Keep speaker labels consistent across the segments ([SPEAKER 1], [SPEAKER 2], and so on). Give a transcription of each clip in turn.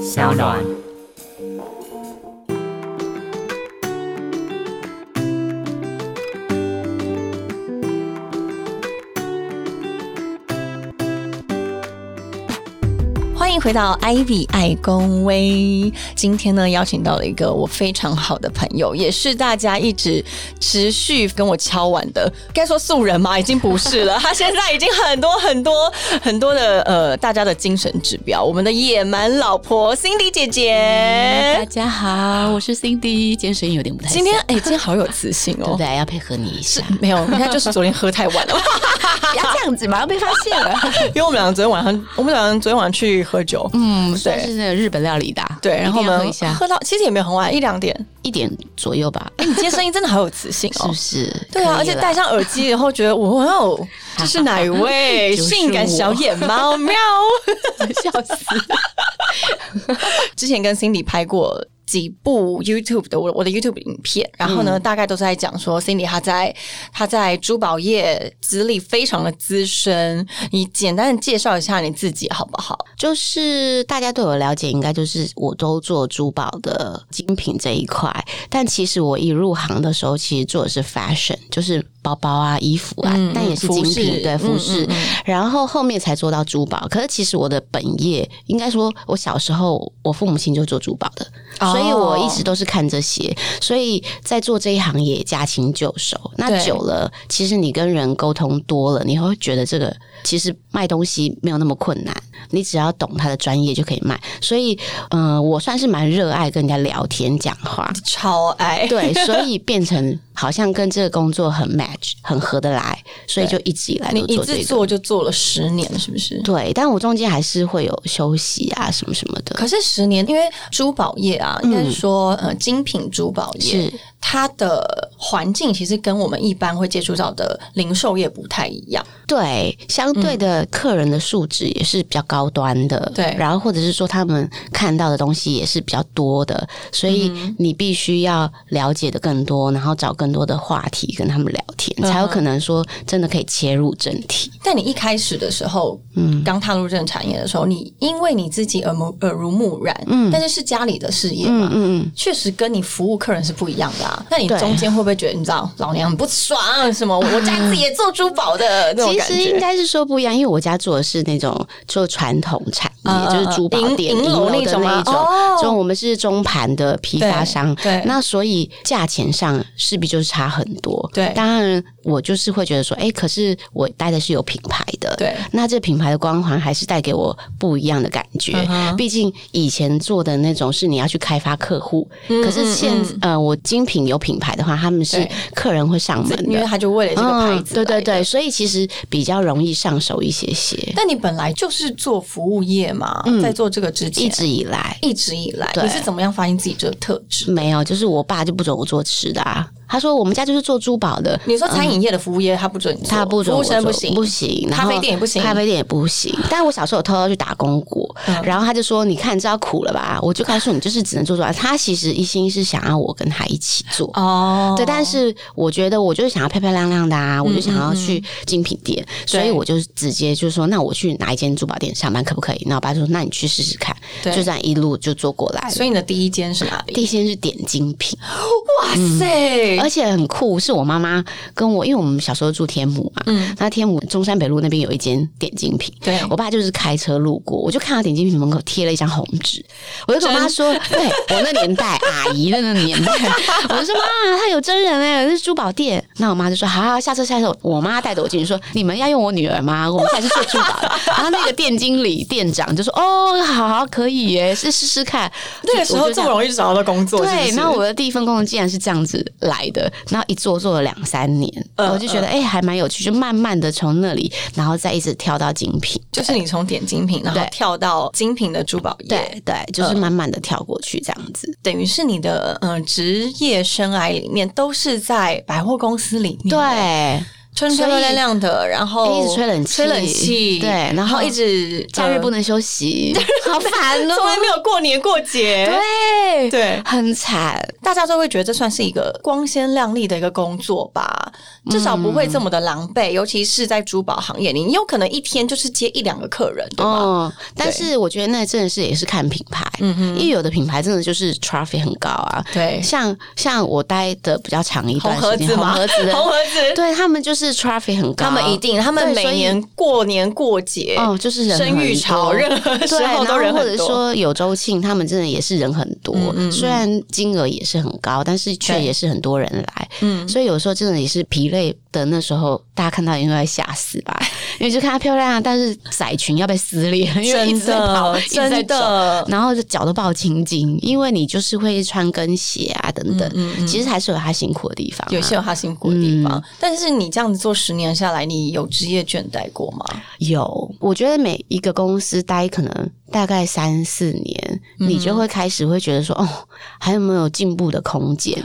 [SPEAKER 1] 小暖。欢迎回到 Ivy 爱公微。今天呢，邀请到了一个我非常好的朋友，也是大家一直持续跟我敲碗的，该说素人吗？已经不是了，他现在已经很多很多很多的呃，大家的精神指标。我们的野蛮老婆 Cindy 姐
[SPEAKER 2] 大
[SPEAKER 1] 姐，
[SPEAKER 2] 家好，我是 Cindy，今天声音有点不太像
[SPEAKER 1] 今天哎，今天好有磁性
[SPEAKER 2] 对不
[SPEAKER 1] 哦。
[SPEAKER 2] 对？要配合你一下，
[SPEAKER 1] 没有，你看，就是昨天喝太 晚了，
[SPEAKER 2] 不要这样子，马上被发现了。
[SPEAKER 1] 因为我们两个昨天晚上，我们两个昨天晚上去喝酒，
[SPEAKER 2] 嗯，算是那个日本料理的啊，
[SPEAKER 1] 对，然后我
[SPEAKER 2] 一定要喝
[SPEAKER 1] 们
[SPEAKER 2] 一下，
[SPEAKER 1] 喝到其实也没有很晚，一两 点。
[SPEAKER 2] 一点左右吧，
[SPEAKER 1] 哎，你今天声音真的好有磁性
[SPEAKER 2] 是
[SPEAKER 1] 哦
[SPEAKER 2] 不。是？
[SPEAKER 1] 对啊，而
[SPEAKER 2] 可以
[SPEAKER 1] 且
[SPEAKER 2] 啦
[SPEAKER 1] 戴上耳机，然后觉得哇 哦，这是哪一位
[SPEAKER 2] 就是
[SPEAKER 1] 性感小野猫喵？
[SPEAKER 2] 笑死，
[SPEAKER 1] 之前跟 Cindy 拍过几部 YouTube 的我我的 YouTube 影片，然后呢，大概都是在讲说 Cindy 她在她在珠宝业资历非常的资深。你简单的介绍一下你自己好不好？
[SPEAKER 2] 就是大家对我了解，应该就是我都做珠宝的精品这一块，但其实我一入行的时候，其实做的是 fashion，就是包包啊、衣服啊，
[SPEAKER 1] 嗯
[SPEAKER 2] 但也是精
[SPEAKER 1] 服饰
[SPEAKER 2] 品，对服
[SPEAKER 1] 嗯
[SPEAKER 2] 饰。然后后面才做到珠宝，可是其实我的本业应该说，我小时候我父母亲就做珠宝的，
[SPEAKER 1] 嗯
[SPEAKER 2] 所以我一
[SPEAKER 1] 哦
[SPEAKER 2] 直都是看这些，所以在做这一行也驾轻就熟。那
[SPEAKER 1] 对
[SPEAKER 2] 久了，其实你跟人沟通多了，你会觉得这个其实卖东西没有那么困难，你只要懂他的专业就可以卖。所以，嗯、我算是蛮热爱跟人家聊天讲 话，
[SPEAKER 1] 超爱，
[SPEAKER 2] 对，所以变成好像跟这个工作很 match，很合得来，所以就一直以来
[SPEAKER 1] 你
[SPEAKER 2] 都
[SPEAKER 1] 一
[SPEAKER 2] 做这
[SPEAKER 1] 直
[SPEAKER 2] 个。
[SPEAKER 1] 做就做了十年，是不是？
[SPEAKER 2] 对，但我中间还是会有休息啊，什么什么的。
[SPEAKER 1] 可是十年，因为珠宝业啊，应该是说、呃精品珠宝业，
[SPEAKER 2] 嗯是
[SPEAKER 1] 它的环境其实跟我们一般会接触到的零售业不太一样。
[SPEAKER 2] 对，相对的客人的素质也是比较高端的，
[SPEAKER 1] 对
[SPEAKER 2] 然后或者是说他们看到的东西也是比较多的，所以你必须要了解的更多，然后找更多的话题跟他们聊天，才有可能说真的可以切入正题。
[SPEAKER 1] 但你一开始的时候，嗯，刚踏入这个产业的时候，你因为你自己耳目耳濡目染，嗯，但是是家里的事业嘛，
[SPEAKER 2] 嗯嗯，
[SPEAKER 1] 确实跟你服务客人是不一样的啊。那你
[SPEAKER 2] 对
[SPEAKER 1] 中间会不会觉得你知道老娘很不爽什么？我家自己也做珠宝的那种
[SPEAKER 2] 其
[SPEAKER 1] 感觉，
[SPEAKER 2] 实应该是说不一样，因为我家做的是那种做传统产业，
[SPEAKER 1] 嗯嗯
[SPEAKER 2] 就是珠宝
[SPEAKER 1] 嗯
[SPEAKER 2] 店、
[SPEAKER 1] 银银楼
[SPEAKER 2] 楼的
[SPEAKER 1] 那种吗
[SPEAKER 2] 那一种
[SPEAKER 1] 哦，
[SPEAKER 2] 就我们是中盘的批发商，
[SPEAKER 1] 对对
[SPEAKER 2] 那所以价钱上势必就是差很多。
[SPEAKER 1] 对
[SPEAKER 2] 当然我就是会觉得说，哎，可是我待的是有品牌的，
[SPEAKER 1] 对
[SPEAKER 2] 那这品牌的光环还是带给我不一样的感觉。
[SPEAKER 1] 嗯哼
[SPEAKER 2] 毕竟以前做的那种是你要去开发客户，可是现
[SPEAKER 1] 嗯
[SPEAKER 2] 呃我精品有品牌的话，他们是
[SPEAKER 1] 对
[SPEAKER 2] 客人会上门的，
[SPEAKER 1] 因为他就为了这个牌
[SPEAKER 2] 嗯，
[SPEAKER 1] 子、
[SPEAKER 2] 对对。对，所以其实比较容易上手一些些，
[SPEAKER 1] 但你本来就是做服务业嘛，在做这个之
[SPEAKER 2] 嗯
[SPEAKER 1] 前，
[SPEAKER 2] 一直以来。
[SPEAKER 1] 一直以来，
[SPEAKER 2] 对
[SPEAKER 1] 你是怎么样发现自己这个特质？
[SPEAKER 2] 没有，就是我爸就不准我做吃的啊。他说我们家就是做珠宝的，
[SPEAKER 1] 你说餐饮业的服务业他不准你做，
[SPEAKER 2] 他嗯不准我
[SPEAKER 1] 服务生
[SPEAKER 2] 做
[SPEAKER 1] 不行，
[SPEAKER 2] 不行，然
[SPEAKER 1] 咖啡
[SPEAKER 2] 后
[SPEAKER 1] 店也不行嗯
[SPEAKER 2] 咖啡店也不行。但我小时候有偷偷去打工过，然后他就说：“你看，你知道苦了吧？”我就告诉你，就是只能做做。他其实一心是想要我跟他一起做，
[SPEAKER 1] 哦嗯
[SPEAKER 2] 对，但是我觉得我就是想要漂漂亮亮的啊，我就想要去精品店，所以
[SPEAKER 1] 对
[SPEAKER 2] 我就直接就说，那我去哪一间珠宝店上班可不可以？那我爸说，那你去试试看，
[SPEAKER 1] 对
[SPEAKER 2] 就这样一路就做过来了。
[SPEAKER 1] 所以你的第一间是哪里？
[SPEAKER 2] 第一间是点精品，
[SPEAKER 1] 哇塞，
[SPEAKER 2] 而且很酷，是我妈妈跟我，因为我们小时候住天母嘛，
[SPEAKER 1] 嗯
[SPEAKER 2] 那天母中山北路那边有一间点精品，
[SPEAKER 1] 对
[SPEAKER 2] 我爸就是开车路过，我就看到点精品门口贴了一张红纸，我就跟我妈说，对我那年代阿姨的那个年代， 我就说妈，他有真人哎、欸，这是珠宝店。那我妈就说好好下车下车，我妈带着我进去说，你们要用我女儿吗？我们才是做珠 宝的。然后那个店经理店长就说，哦，好好可以耶、是试试看。
[SPEAKER 1] 那个时
[SPEAKER 2] 我
[SPEAKER 1] 候
[SPEAKER 2] 就
[SPEAKER 1] 这
[SPEAKER 2] 样
[SPEAKER 1] 么容易找到工作，
[SPEAKER 2] 对，
[SPEAKER 1] 那
[SPEAKER 2] 那我的第一份工作竟然是这样子来的，然后一做做了两三年，
[SPEAKER 1] 嗯
[SPEAKER 2] 我就觉得哎、还蛮有趣，就慢慢的从那里，然后再一直跳到精品。
[SPEAKER 1] 就是你从点精品，然后
[SPEAKER 2] 对
[SPEAKER 1] 跳到精品的珠宝业，
[SPEAKER 2] 对对，
[SPEAKER 1] 嗯
[SPEAKER 2] 就是慢慢的跳过去这样子。
[SPEAKER 1] 等于是你呃的嗯职业生涯里面都是在百货公司里面，
[SPEAKER 2] 对，
[SPEAKER 1] 穿漂漂亮亮的，然后
[SPEAKER 2] 一直吹冷气
[SPEAKER 1] 吹冷气，
[SPEAKER 2] 对然后
[SPEAKER 1] 然后一直
[SPEAKER 2] 假日不
[SPEAKER 1] 能，
[SPEAKER 2] 能休 息，好烦哦、
[SPEAKER 1] 从来没有过年过节，
[SPEAKER 2] 对
[SPEAKER 1] 对
[SPEAKER 2] 很惨。
[SPEAKER 1] 大家都会觉得这算是一个光鲜亮丽的一个工作吧，
[SPEAKER 2] 嗯
[SPEAKER 1] 至少不会这么的狼狈，尤其是在珠宝行业，你有可能一天就是接一两个客人，对吧？
[SPEAKER 2] 哦，但是我觉得那真的是也是看品牌，
[SPEAKER 1] 嗯哼
[SPEAKER 2] 因为有的品牌真的就是 traffic 很高啊。
[SPEAKER 1] 对，
[SPEAKER 2] 像像我待的比较长一
[SPEAKER 1] 红
[SPEAKER 2] 段
[SPEAKER 1] 盒
[SPEAKER 2] 时
[SPEAKER 1] 子
[SPEAKER 2] 间，
[SPEAKER 1] 嘛，
[SPEAKER 2] 红盒子的，
[SPEAKER 1] 红盒子，
[SPEAKER 2] 对他们就是 traffic 很高，
[SPEAKER 1] 他们一定，他们
[SPEAKER 2] 对所
[SPEAKER 1] 每
[SPEAKER 2] 以
[SPEAKER 1] 年过年过节，
[SPEAKER 2] 哦，就是人
[SPEAKER 1] 生育
[SPEAKER 2] 很
[SPEAKER 1] 潮，
[SPEAKER 2] 多
[SPEAKER 1] 任何时
[SPEAKER 2] 对，然
[SPEAKER 1] 候
[SPEAKER 2] 后
[SPEAKER 1] 都人
[SPEAKER 2] 或
[SPEAKER 1] 很
[SPEAKER 2] 者
[SPEAKER 1] 多。
[SPEAKER 2] 说有周庆，他们真的也是人很多，
[SPEAKER 1] 嗯嗯嗯
[SPEAKER 2] 虽然金额也是很高，但是却
[SPEAKER 1] 对
[SPEAKER 2] 也是很多人来，
[SPEAKER 1] 嗯
[SPEAKER 2] 所以有时候真的也是疲累的。那时候大家看到应该会吓死吧，因为就看她漂亮啊，但是窄裙要被撕裂，因为一
[SPEAKER 1] 真
[SPEAKER 2] 直在跑，
[SPEAKER 1] 的，
[SPEAKER 2] 一直在
[SPEAKER 1] 真
[SPEAKER 2] 走，
[SPEAKER 1] 的，
[SPEAKER 2] 然后就脚都爆青筋，因为你就是会穿跟鞋啊等等，
[SPEAKER 1] 嗯嗯
[SPEAKER 2] 其实还是有她辛苦的地方啊、
[SPEAKER 1] 有些有他辛苦的地
[SPEAKER 2] 嗯
[SPEAKER 1] 方，但是你这样子做十年下来，你有职业倦怠过吗？
[SPEAKER 2] 有，我觉得每一个公司待可能大概三四年，
[SPEAKER 1] 嗯
[SPEAKER 2] 你就会开始会觉得说，哦，还有没有进步的空间，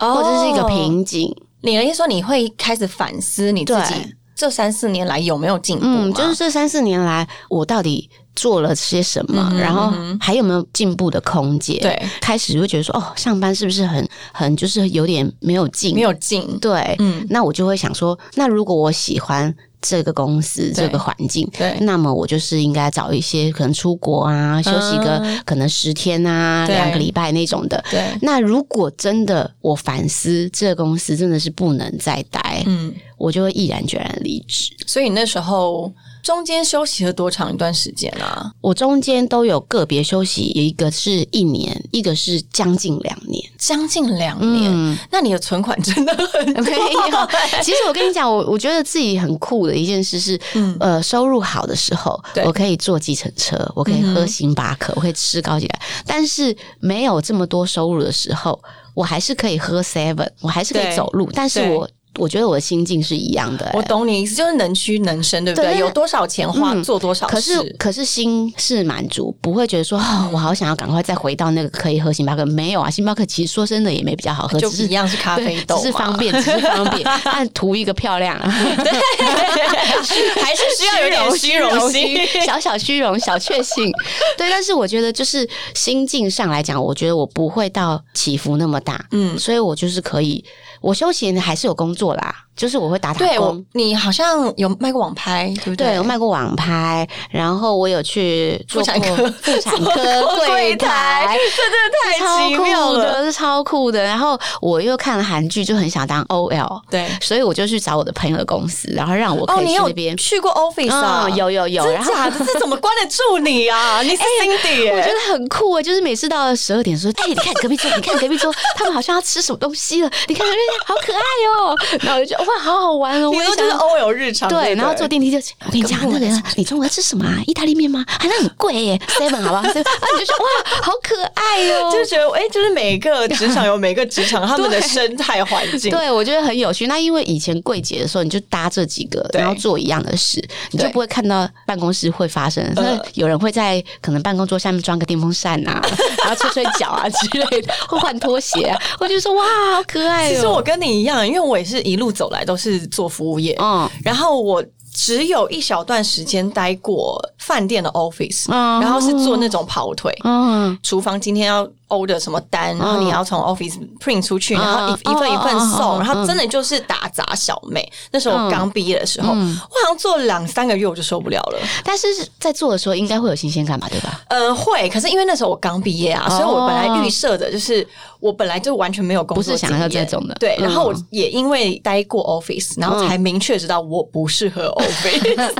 [SPEAKER 1] 哦
[SPEAKER 2] 或者是一个瓶颈？
[SPEAKER 1] 李仁一说，你会开始反思你自己
[SPEAKER 2] 对
[SPEAKER 1] 这三四年来有没有进步吗
[SPEAKER 2] 嗯，就是这三四年来，我到底做了些什么，
[SPEAKER 1] 嗯哼
[SPEAKER 2] 然后
[SPEAKER 1] 嗯
[SPEAKER 2] 还有没有进步的空间？，
[SPEAKER 1] 对，
[SPEAKER 2] 开始会觉得说，哦，上班是不是很很就是有点没有劲？
[SPEAKER 1] 没有进，
[SPEAKER 2] 对，
[SPEAKER 1] 嗯，
[SPEAKER 2] 那我就会想说，那如果我喜欢这个公司
[SPEAKER 1] 对
[SPEAKER 2] 这个环境，
[SPEAKER 1] 对，
[SPEAKER 2] 那么我就是应该找一些可能出国啊，休息个
[SPEAKER 1] 嗯
[SPEAKER 2] 可能十天啊、
[SPEAKER 1] 对
[SPEAKER 2] 两个礼拜那种的。
[SPEAKER 1] 对，
[SPEAKER 2] 那如果真的我反思这个公司真的是不能再待，
[SPEAKER 1] 嗯，
[SPEAKER 2] 我就会毅然决然离职。
[SPEAKER 1] 所以你那时候中间休息了多长一段时间啊？
[SPEAKER 2] 我中间都有个别休息，有一个是一年，一个是将近两年。
[SPEAKER 1] 将近两年，
[SPEAKER 2] 嗯，
[SPEAKER 1] 那你的存款真的很 多
[SPEAKER 2] 没有。其实我跟你讲，我我觉得自己很酷的一件事是，
[SPEAKER 1] 嗯
[SPEAKER 2] 呃，收入好的时候
[SPEAKER 1] 对，
[SPEAKER 2] 我可以坐计程车，我可以
[SPEAKER 1] 嗯
[SPEAKER 2] 喝
[SPEAKER 1] 哼
[SPEAKER 2] 星巴克，我可以吃高级的。但是没有这么多收入的时候，我还是可以喝 seven，我还是可
[SPEAKER 1] 对
[SPEAKER 2] 以走路。但是
[SPEAKER 1] 对
[SPEAKER 2] 我我觉得我的心境是一样的、
[SPEAKER 1] 我
[SPEAKER 2] 欸
[SPEAKER 1] 懂你意思，就是能屈能伸，对不
[SPEAKER 2] 对
[SPEAKER 1] 对？
[SPEAKER 2] 那
[SPEAKER 1] 有多少钱花，
[SPEAKER 2] 嗯
[SPEAKER 1] 做多少事。
[SPEAKER 2] 可是，可是心是满足，不会觉得说
[SPEAKER 1] 嗯
[SPEAKER 2] 哦，我好想要赶快再回到那个可以喝星巴克。没有啊，星巴克其实说真的也没比较好喝，
[SPEAKER 1] 就
[SPEAKER 2] 只是
[SPEAKER 1] 一样是咖啡
[SPEAKER 2] 对，
[SPEAKER 1] 豆
[SPEAKER 2] 只
[SPEAKER 1] 嘛，
[SPEAKER 2] 是方便，只是方便， 但图一个漂亮啊。
[SPEAKER 1] 对，还是需要有点虚荣心。
[SPEAKER 2] 小小虚荣，小确 幸。对，但是我觉得就是心境上来讲，我觉得我不会到起伏那么大，
[SPEAKER 1] 嗯，
[SPEAKER 2] 所以我就是可以，我休闲还是有工作啦，就是我会打打
[SPEAKER 1] 对我
[SPEAKER 2] 工。，
[SPEAKER 1] 你好像有卖过网拍，对不
[SPEAKER 2] 嗯对，我卖过网拍，然然后我有去做
[SPEAKER 1] 妇产
[SPEAKER 2] 过
[SPEAKER 1] 科
[SPEAKER 2] 妇产
[SPEAKER 1] 做过
[SPEAKER 2] 科
[SPEAKER 1] 柜
[SPEAKER 2] 柜
[SPEAKER 1] 台
[SPEAKER 2] 台，
[SPEAKER 1] 这太奇
[SPEAKER 2] 超
[SPEAKER 1] 妙
[SPEAKER 2] 酷
[SPEAKER 1] 了。
[SPEAKER 2] 的，是超酷的。然后我又看了韩剧，就很想当 OL，
[SPEAKER 1] 对，
[SPEAKER 2] 所以我就去找我的朋友的公司，然后让我
[SPEAKER 1] 哦，
[SPEAKER 2] 可以
[SPEAKER 1] 你
[SPEAKER 2] 去
[SPEAKER 1] 有
[SPEAKER 2] 那边。
[SPEAKER 1] 去过 office 啊？
[SPEAKER 2] 嗯，有有有，然
[SPEAKER 1] 真
[SPEAKER 2] 后哎
[SPEAKER 1] 假的？这怎么关得住 你啊？你是 Cindy
[SPEAKER 2] 我觉
[SPEAKER 1] 耶。
[SPEAKER 2] 得很酷啊！就是每次到十二点说，哎、你看隔壁桌，你看隔壁桌，他们好像要吃什么东西了，你看，哎好可爱哦、然后我就觉得哇，好好玩哦、
[SPEAKER 1] 你
[SPEAKER 2] 我也
[SPEAKER 1] 说
[SPEAKER 2] 想
[SPEAKER 1] 就是
[SPEAKER 2] 要
[SPEAKER 1] OL 日常
[SPEAKER 2] 对，然后坐
[SPEAKER 1] 定
[SPEAKER 2] 电梯就，我跟你讲，那个人，你中午要吃什么啊？意大利面吗？啊，那很贵耶，seven 好不好？seven，啊，你就说哇，好可爱哦、
[SPEAKER 1] 就觉得哎，就是每个 职场有每个职场他们的生态环境，
[SPEAKER 2] 对，我觉得很有趣。那因为以前柜姐的时候，你就搭这几个，
[SPEAKER 1] 对
[SPEAKER 2] 然后做一样的事，你就
[SPEAKER 1] 对呃
[SPEAKER 2] 不会看到办公室会发生。那有人会在可能办公桌下面装个电风扇 啊，然后吹吹脚啊之类的， 或换拖鞋啊。我就说哇，好可爱
[SPEAKER 1] 其实
[SPEAKER 2] 哦、
[SPEAKER 1] 我跟你一样，因为我也是一路走来都是做服务业，
[SPEAKER 2] 嗯
[SPEAKER 1] 然后我只有一小段时间待过饭店的 office，、
[SPEAKER 2] 嗯
[SPEAKER 1] 然后是做那种跑腿。
[SPEAKER 2] 嗯，
[SPEAKER 1] 厨房今天要 order 什么单，然后你要从 office print 出去，然后一、
[SPEAKER 2] 嗯
[SPEAKER 1] 一份一份
[SPEAKER 2] 嗯嗯
[SPEAKER 1] 送，
[SPEAKER 2] 嗯
[SPEAKER 1] 然后真的就是打杂小妹。那时候我刚毕业的时候，我好像做两三个月我就受不了了。
[SPEAKER 2] 但是在做的时候应该会有新鲜感吧，对吧？
[SPEAKER 1] 呃，会，可是因为那时候我刚毕业啊，所以我本来预设的就是我本来就完全没有工作
[SPEAKER 2] 不是想要
[SPEAKER 1] 经验
[SPEAKER 2] 这种的
[SPEAKER 1] 对。
[SPEAKER 2] 嗯
[SPEAKER 1] 然后我也因为待过 office，然后才明确知道我不适合 office，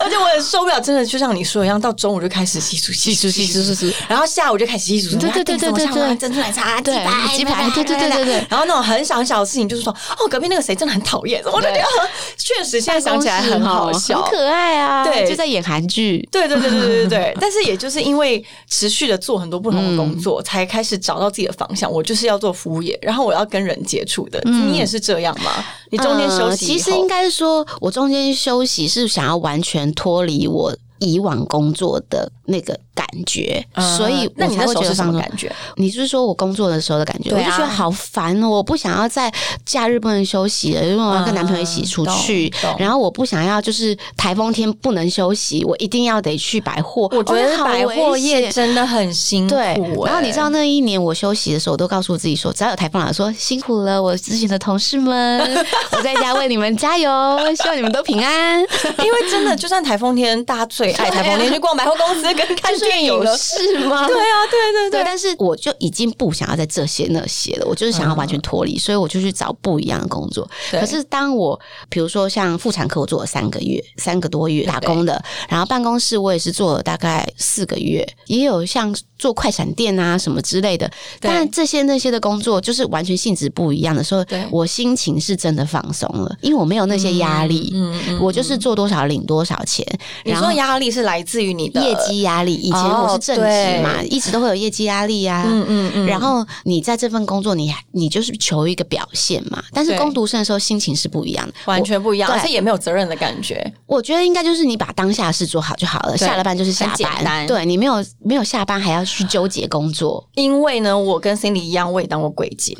[SPEAKER 1] 而且我也受不了，真的就像你说一样，到中午就开始洗漱、洗漱、洗漱、洗漱，然后下午就开始洗漱，
[SPEAKER 2] 对对对对对
[SPEAKER 1] 然后要订什么像我要
[SPEAKER 2] 对
[SPEAKER 1] 珍珠奶茶、鸡
[SPEAKER 2] 对
[SPEAKER 1] 排、
[SPEAKER 2] 鸡排对对对对对
[SPEAKER 1] 然后那种很小很小的事情，就是说哦，隔壁那个谁真的很讨厌，我就觉得呃确实现在想起来很好笑，
[SPEAKER 2] 很可爱啊，
[SPEAKER 1] 对
[SPEAKER 2] 就在演韩剧。
[SPEAKER 1] 对对对对对对对，但是也就是因为持续的做很多不同
[SPEAKER 2] 嗯
[SPEAKER 1] 的工作，才开始找到自己的方向。我就是要做服务业，然后我要跟人接触的。
[SPEAKER 2] 嗯
[SPEAKER 1] 你也是这样吗？
[SPEAKER 2] 呃
[SPEAKER 1] 你中间休息以后、
[SPEAKER 2] 呃其实应该是说，我中间休息是想要完全脱离我。以往工作的那个感觉，
[SPEAKER 1] 嗯
[SPEAKER 2] 所以
[SPEAKER 1] 那
[SPEAKER 2] 我
[SPEAKER 1] 你
[SPEAKER 2] 才
[SPEAKER 1] 那
[SPEAKER 2] 会
[SPEAKER 1] 时
[SPEAKER 2] 觉
[SPEAKER 1] 候
[SPEAKER 2] 得
[SPEAKER 1] 是什
[SPEAKER 2] 放
[SPEAKER 1] 么
[SPEAKER 2] 松。
[SPEAKER 1] 感觉？
[SPEAKER 2] 你是说我工作的时候的感觉？
[SPEAKER 1] 对
[SPEAKER 2] 我
[SPEAKER 1] 啊
[SPEAKER 2] 就觉得好烦哦，我不想要在假日不能休息了，因为我要跟男朋友一起出去，
[SPEAKER 1] 嗯懂懂
[SPEAKER 2] 然后我不想要就是台风天不能休息，我一定要得去百货。
[SPEAKER 1] 我觉
[SPEAKER 2] 哦
[SPEAKER 1] 得
[SPEAKER 2] 那好
[SPEAKER 1] 百货
[SPEAKER 2] 危险
[SPEAKER 1] 业真的很辛嗯苦、
[SPEAKER 2] 对，然后你知道
[SPEAKER 1] 欸
[SPEAKER 2] 那一年我休息的时候，我都告诉自己说，只要有台风来，我说辛苦了，我之前的同事们， 我在家为你们加油，希望你们都平安。
[SPEAKER 1] 因为真的，就算台风天，大家最爱台风天去逛百货公司跟看
[SPEAKER 2] 啊就是
[SPEAKER 1] 电影了
[SPEAKER 2] 有。事吗？
[SPEAKER 1] 对啊，对
[SPEAKER 2] 对，
[SPEAKER 1] 对对，
[SPEAKER 2] 但是我就已经不想要在这些那些了，我就是
[SPEAKER 1] 嗯
[SPEAKER 2] 想要完全脱离，所以我就去找不一样的工作。
[SPEAKER 1] 对
[SPEAKER 2] 可是当我比如说像妇产科，我做了三个月、三个多月打工的，然后办公室我也是做了大概四个月，也有像做快闪店啊什么之类的。
[SPEAKER 1] 对
[SPEAKER 2] 但这些那些的工作就是完全性质不一样的时候
[SPEAKER 1] 对，
[SPEAKER 2] 我心情是真的放松了，因为我没有那些压力，
[SPEAKER 1] 嗯嗯
[SPEAKER 2] 我就是做多少领多少钱。
[SPEAKER 1] 你
[SPEAKER 2] 然后
[SPEAKER 1] 说压力是呃来自于你的
[SPEAKER 2] 业，绩压力，以前我是正职嘛，一直都会有业绩压力呀、
[SPEAKER 1] 嗯嗯嗯，
[SPEAKER 2] 然后你在这份工作你，你就是求一个表现嘛。但是
[SPEAKER 1] 对
[SPEAKER 2] 攻读生的时候心情是不一样的，
[SPEAKER 1] 完全不一样，
[SPEAKER 2] 对
[SPEAKER 1] 而且也没有责任的感觉。
[SPEAKER 2] 我。我觉得应该就是你把当下的事做好就好了，
[SPEAKER 1] 对
[SPEAKER 2] 下了班就是下
[SPEAKER 1] 很简单
[SPEAKER 2] 班。对你没有没有下班还要去纠结工作，
[SPEAKER 1] 因为呢，我跟 Cindy 一样，我也当过柜 姐，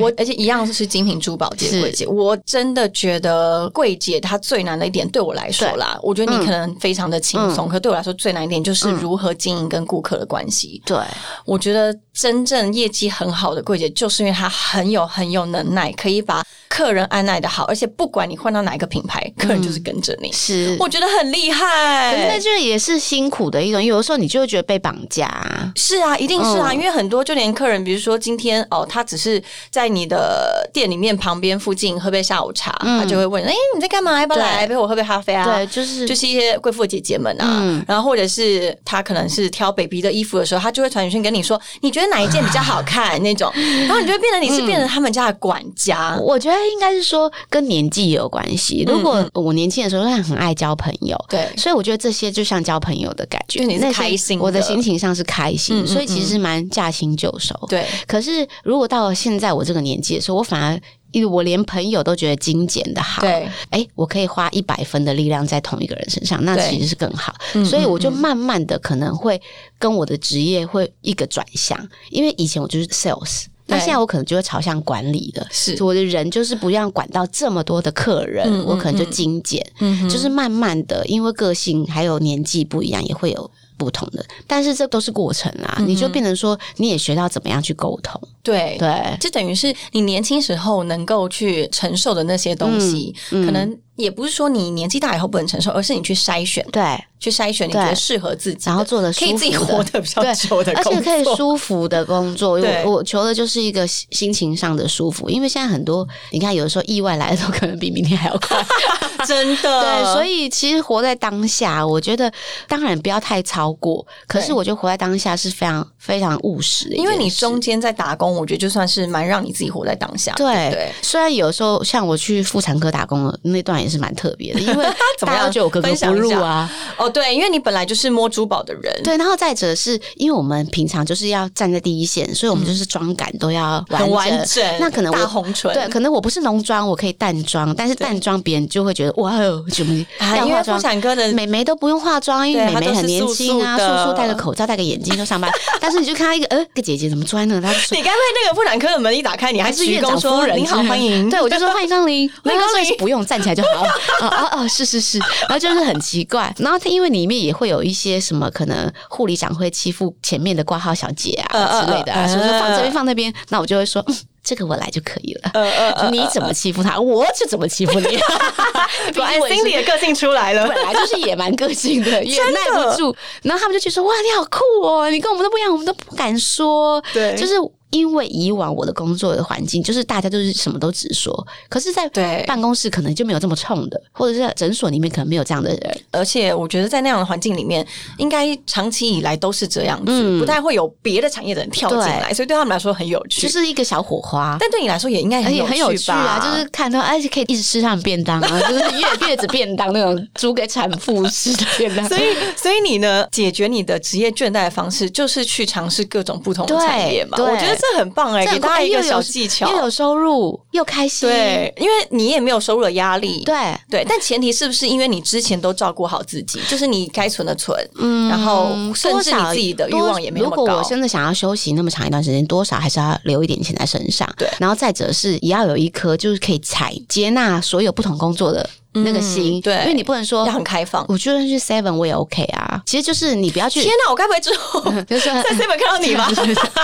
[SPEAKER 1] 我而且一样是精品珠宝界
[SPEAKER 2] 是
[SPEAKER 1] 柜姐。我真的觉得柜姐她最难的一点，对我来说啦，我觉得
[SPEAKER 2] 嗯
[SPEAKER 1] 你可能非常的轻松，可对我来说最难一点就是如何经营跟顾客的关系。
[SPEAKER 2] 对
[SPEAKER 1] 我觉得真正业绩很好的柜姐，就是因为她很有很有能耐，可以把客人按耐的好，而且不管你换到哪一个品牌，客人就是跟着你。
[SPEAKER 2] 是。
[SPEAKER 1] 我觉得很
[SPEAKER 2] 嗯
[SPEAKER 1] 厉
[SPEAKER 2] 可是那
[SPEAKER 1] 害。
[SPEAKER 2] 就是也是辛苦的一种，有的时候你就会觉得被绑架啊、
[SPEAKER 1] 是啊，一定是啊，
[SPEAKER 2] 嗯
[SPEAKER 1] 因为很多就连客人，比如说今天哦，他只是在你的店里面旁边附近喝杯下午茶，
[SPEAKER 2] 嗯
[SPEAKER 1] 他就会问，哎、你在干嘛？要不要来陪我喝杯咖啡啊？
[SPEAKER 2] 对，就是
[SPEAKER 1] 就是一些贵妇姐姐们啊，
[SPEAKER 2] 嗯
[SPEAKER 1] 然后或者是她可能是挑 baby 的衣服的时候，她就会传简讯跟你说，你觉得哪一件比较好看那种，然后你就会变得你是变成他们家的管家，
[SPEAKER 2] 我觉得应该是说跟年纪有关系。如果我年轻的时候，当然很爱交朋友，
[SPEAKER 1] 嗯对
[SPEAKER 2] 所以我觉得这些就像交朋友的感觉，
[SPEAKER 1] 就你是
[SPEAKER 2] 那些
[SPEAKER 1] 开心的
[SPEAKER 2] 我的心情上是开心，
[SPEAKER 1] 嗯嗯嗯
[SPEAKER 2] 所以其实蛮驾轻就熟。，
[SPEAKER 1] 对，
[SPEAKER 2] 可是如果到了现在我这个年纪的时候，我反而。因为我连朋友都觉得精简的好，
[SPEAKER 1] 对
[SPEAKER 2] 哎，我可以花一百分的力量在同一个人身上，那
[SPEAKER 1] 对
[SPEAKER 2] 其实是更好
[SPEAKER 1] 嗯。
[SPEAKER 2] 所以我就
[SPEAKER 1] 嗯嗯
[SPEAKER 2] 慢慢的可能会跟我的职业会一个转向，因为以前我就是 sales，那
[SPEAKER 1] 对
[SPEAKER 2] 现在我可能就会朝向管理了。
[SPEAKER 1] 嗯是
[SPEAKER 2] 我的人就是不要管到这么多的客人，
[SPEAKER 1] 嗯嗯
[SPEAKER 2] 我可能就精简，
[SPEAKER 1] 嗯哼
[SPEAKER 2] 就是慢慢的，因为个性还有年纪不一样，也会有。不同的，但是这都是过程啊，
[SPEAKER 1] 嗯
[SPEAKER 2] 你就变成说，你也学到怎么样去沟通，
[SPEAKER 1] 对。
[SPEAKER 2] 对，
[SPEAKER 1] 这等于是你年轻时候能够去承受的那些东西，
[SPEAKER 2] 嗯嗯
[SPEAKER 1] 可能也不是说你年纪大以后不能承受，而是你去筛选，
[SPEAKER 2] 对，
[SPEAKER 1] 去筛选你觉得
[SPEAKER 2] 对
[SPEAKER 1] 适合自己的，
[SPEAKER 2] 然后做得
[SPEAKER 1] 可以自己
[SPEAKER 2] 舒服的
[SPEAKER 1] 活得比较
[SPEAKER 2] 对
[SPEAKER 1] 久的
[SPEAKER 2] 而
[SPEAKER 1] 工
[SPEAKER 2] 且
[SPEAKER 1] 作，
[SPEAKER 2] 可以舒服的工 作。
[SPEAKER 1] 对
[SPEAKER 2] 我我求的就是一个心心情上的舒服，因为现在很多，你看有的时候意外来的时候，可能比明天还要 快。
[SPEAKER 1] 真的，
[SPEAKER 2] 对，所
[SPEAKER 1] 以
[SPEAKER 2] 以其实活在当下，我觉得当然不要太超过，可是
[SPEAKER 1] 对
[SPEAKER 2] 我觉得活在当下是非常非常务实的一件
[SPEAKER 1] 因
[SPEAKER 2] 事，
[SPEAKER 1] 为你中间在打工，我觉得就算是蛮让你自己活在当下，
[SPEAKER 2] 对，
[SPEAKER 1] 对不对。
[SPEAKER 2] 虽然有时候像我去妇产科打工的那段也是蛮特别的， 因为
[SPEAKER 1] 怎
[SPEAKER 2] 大
[SPEAKER 1] 么
[SPEAKER 2] 家
[SPEAKER 1] 样
[SPEAKER 2] 都觉得我格格
[SPEAKER 1] 分享
[SPEAKER 2] 不
[SPEAKER 1] 一
[SPEAKER 2] 入
[SPEAKER 1] 下
[SPEAKER 2] 啊。
[SPEAKER 1] 哦，对，因为你本来就是摸珠宝的人，
[SPEAKER 2] 对，然后再者是因为我们平常就是要站在第一线，所以我们就是妆感都要完
[SPEAKER 1] 嗯很
[SPEAKER 2] 整。
[SPEAKER 1] 完整。
[SPEAKER 2] 那可能
[SPEAKER 1] 大
[SPEAKER 2] 我
[SPEAKER 1] 红唇，
[SPEAKER 2] 对，可能我不是浓妆，我可以淡妆，但是淡妆别人就会觉得哇哦，怎么
[SPEAKER 1] 啊，
[SPEAKER 2] 要
[SPEAKER 1] 因
[SPEAKER 2] 化
[SPEAKER 1] 为妇
[SPEAKER 2] 妆？
[SPEAKER 1] 产科的
[SPEAKER 2] 美眉都不用化妆，因为美
[SPEAKER 1] 对她
[SPEAKER 2] 眉
[SPEAKER 1] 都
[SPEAKER 2] 很
[SPEAKER 1] 是
[SPEAKER 2] 年
[SPEAKER 1] 素
[SPEAKER 2] 轻啊，
[SPEAKER 1] 素的
[SPEAKER 2] 素素戴个口罩，戴个眼镜就上班。 但是你就看到一个呃，个姐姐怎么坐在那？她就说
[SPEAKER 1] 你该被那个妇产科的门一打开，你还
[SPEAKER 2] 还是
[SPEAKER 1] 鞠
[SPEAKER 2] 院
[SPEAKER 1] 躬
[SPEAKER 2] 长夫
[SPEAKER 1] 说
[SPEAKER 2] 人，
[SPEAKER 1] 您好，欢迎。
[SPEAKER 2] 对，我就说欢迎光临，
[SPEAKER 1] 欢迎光临
[SPEAKER 2] 然后他说不用站起来就好。 哦哦哦，是是是，然后就是很奇怪。然后他因为里面也会有一些什么，可能护理长会欺负前面的挂号小姐
[SPEAKER 1] 嗯嗯
[SPEAKER 2] 啊之类的啊，
[SPEAKER 1] 嗯
[SPEAKER 2] 所以说放这
[SPEAKER 1] 嗯
[SPEAKER 2] 边放那边，那我就会说。嗯这个我来就可以了，
[SPEAKER 1] 呃呃呃，
[SPEAKER 2] 你怎么欺负他，我就怎么欺负 你。
[SPEAKER 1] 果然
[SPEAKER 2] 毕竟我也是
[SPEAKER 1] Cindy 的个性出来了
[SPEAKER 2] 本。来就是也蛮个性 的，也耐不住。然后他们就去说：“哇，你好酷哦，你跟我们都不一样，我们都不敢说。”
[SPEAKER 1] 对
[SPEAKER 2] 就是因为以往我的工作的环境，就是大家都是什么都直说，可是，在
[SPEAKER 1] 对
[SPEAKER 2] 办公室可能就没有这么冲的，或者是在诊所里面可能没有这样的人。
[SPEAKER 1] 而且我觉得在那样的环境里面，应该长期以来都是这样子，
[SPEAKER 2] 嗯
[SPEAKER 1] 不太会有别的产业的人跳进来，所以对他们来说很有趣
[SPEAKER 2] 就。是一个小火花。
[SPEAKER 1] 但对你来说也应该
[SPEAKER 2] 而
[SPEAKER 1] 很
[SPEAKER 2] 且
[SPEAKER 1] 有
[SPEAKER 2] 很有
[SPEAKER 1] 趣
[SPEAKER 2] 趣啊，
[SPEAKER 1] 吧？
[SPEAKER 2] 就是看到，而且可以一直吃上便当 啊，就是月月子便当那种煮给产妇吃的便当。
[SPEAKER 1] 所以，所以你呢，解决你的职业倦怠的方式就是去尝试各种不同的
[SPEAKER 2] 对
[SPEAKER 1] 产业嘛。
[SPEAKER 2] 对
[SPEAKER 1] 我觉得这这很棒哎、
[SPEAKER 2] 这
[SPEAKER 1] 给
[SPEAKER 2] 很
[SPEAKER 1] 大家
[SPEAKER 2] 快
[SPEAKER 1] 一
[SPEAKER 2] 又
[SPEAKER 1] 个
[SPEAKER 2] 有
[SPEAKER 1] 小技巧。
[SPEAKER 2] 又有收入，又开心。
[SPEAKER 1] 对，因为你也没有收入的压力。
[SPEAKER 2] 对，
[SPEAKER 1] 对，但前提是不是因为你之前都照顾好自己，就是你该存的存，
[SPEAKER 2] 嗯
[SPEAKER 1] 然后甚至你自己的欲望也没那么
[SPEAKER 2] 如果
[SPEAKER 1] 高
[SPEAKER 2] 我真的想要休息那么长一段时间，多少还是要留一点钱在身上。
[SPEAKER 1] 对
[SPEAKER 2] 然后再者是也要有一颗就是可以采接纳所有不同工作的那个心。
[SPEAKER 1] 嗯对
[SPEAKER 2] 因为你不能说
[SPEAKER 1] 要，很开放。
[SPEAKER 2] 我就算去 Seven 我也 OK 啊。其实就是你不要去
[SPEAKER 1] 天，哪，我该不会之 后
[SPEAKER 2] 就是说
[SPEAKER 1] 在 seven 看到 你吧？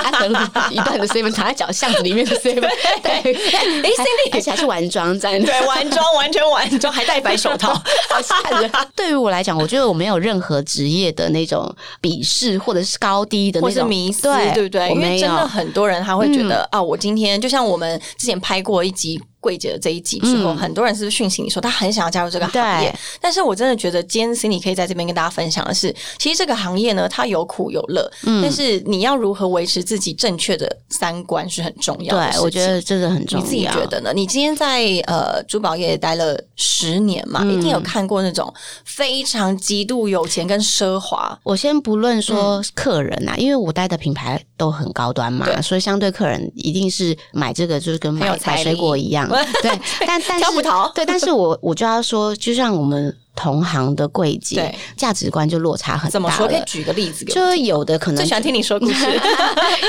[SPEAKER 2] 安德路一半的 seven 藏在脚巷子里面的 seven，对，哎
[SPEAKER 1] ，Cindy
[SPEAKER 2] 而且还是玩妆站，
[SPEAKER 1] 对，完妆完全完妆，还戴白手 套，好吓人。
[SPEAKER 2] 对于我来讲，我觉得我没有任何职业的那种鄙视或者是高低的那
[SPEAKER 1] 或是
[SPEAKER 2] 种
[SPEAKER 1] 迷思，
[SPEAKER 2] 对
[SPEAKER 1] 对不对？
[SPEAKER 2] 我
[SPEAKER 1] 因为
[SPEAKER 2] 没有嗯
[SPEAKER 1] 真的很多人他会觉得、啊，我今天就像我们之前拍过一集。柜姐的这一集之后，
[SPEAKER 2] 嗯
[SPEAKER 1] 很多人是不是讯息你说他很想要加入这个行业
[SPEAKER 2] 对？
[SPEAKER 1] 但是我真的觉得今天 Cindy 可以在这边跟大家分享的是，其实这个行业呢，它有苦有乐，
[SPEAKER 2] 嗯
[SPEAKER 1] 但是你要如何维持自己正确的三观是很重要的事
[SPEAKER 2] 对，
[SPEAKER 1] 情。
[SPEAKER 2] 我觉得这个很重
[SPEAKER 1] 你
[SPEAKER 2] 要。
[SPEAKER 1] 自己觉得呢？你今天在呃珠宝业待了十年嘛，
[SPEAKER 2] 嗯
[SPEAKER 1] 一定有看过那种非常极度有钱跟奢华，
[SPEAKER 2] 我先不论说客人啊，因为我带的品牌都很高端嘛，
[SPEAKER 1] 嗯对
[SPEAKER 2] 所以相对客人一定是买这个就是跟
[SPEAKER 1] 很
[SPEAKER 2] 买
[SPEAKER 1] 有财
[SPEAKER 2] 买水
[SPEAKER 1] 力
[SPEAKER 2] 果一 样，对。但但是
[SPEAKER 1] 挑葡萄
[SPEAKER 2] 对，但是我我就要说，就像我们同行的柜姐
[SPEAKER 1] 对，
[SPEAKER 2] 价值观就落差很大
[SPEAKER 1] 怎么说？可以
[SPEAKER 2] 了
[SPEAKER 1] 举个例子给我
[SPEAKER 2] 就有的可能
[SPEAKER 1] 最喜欢听你说 故事。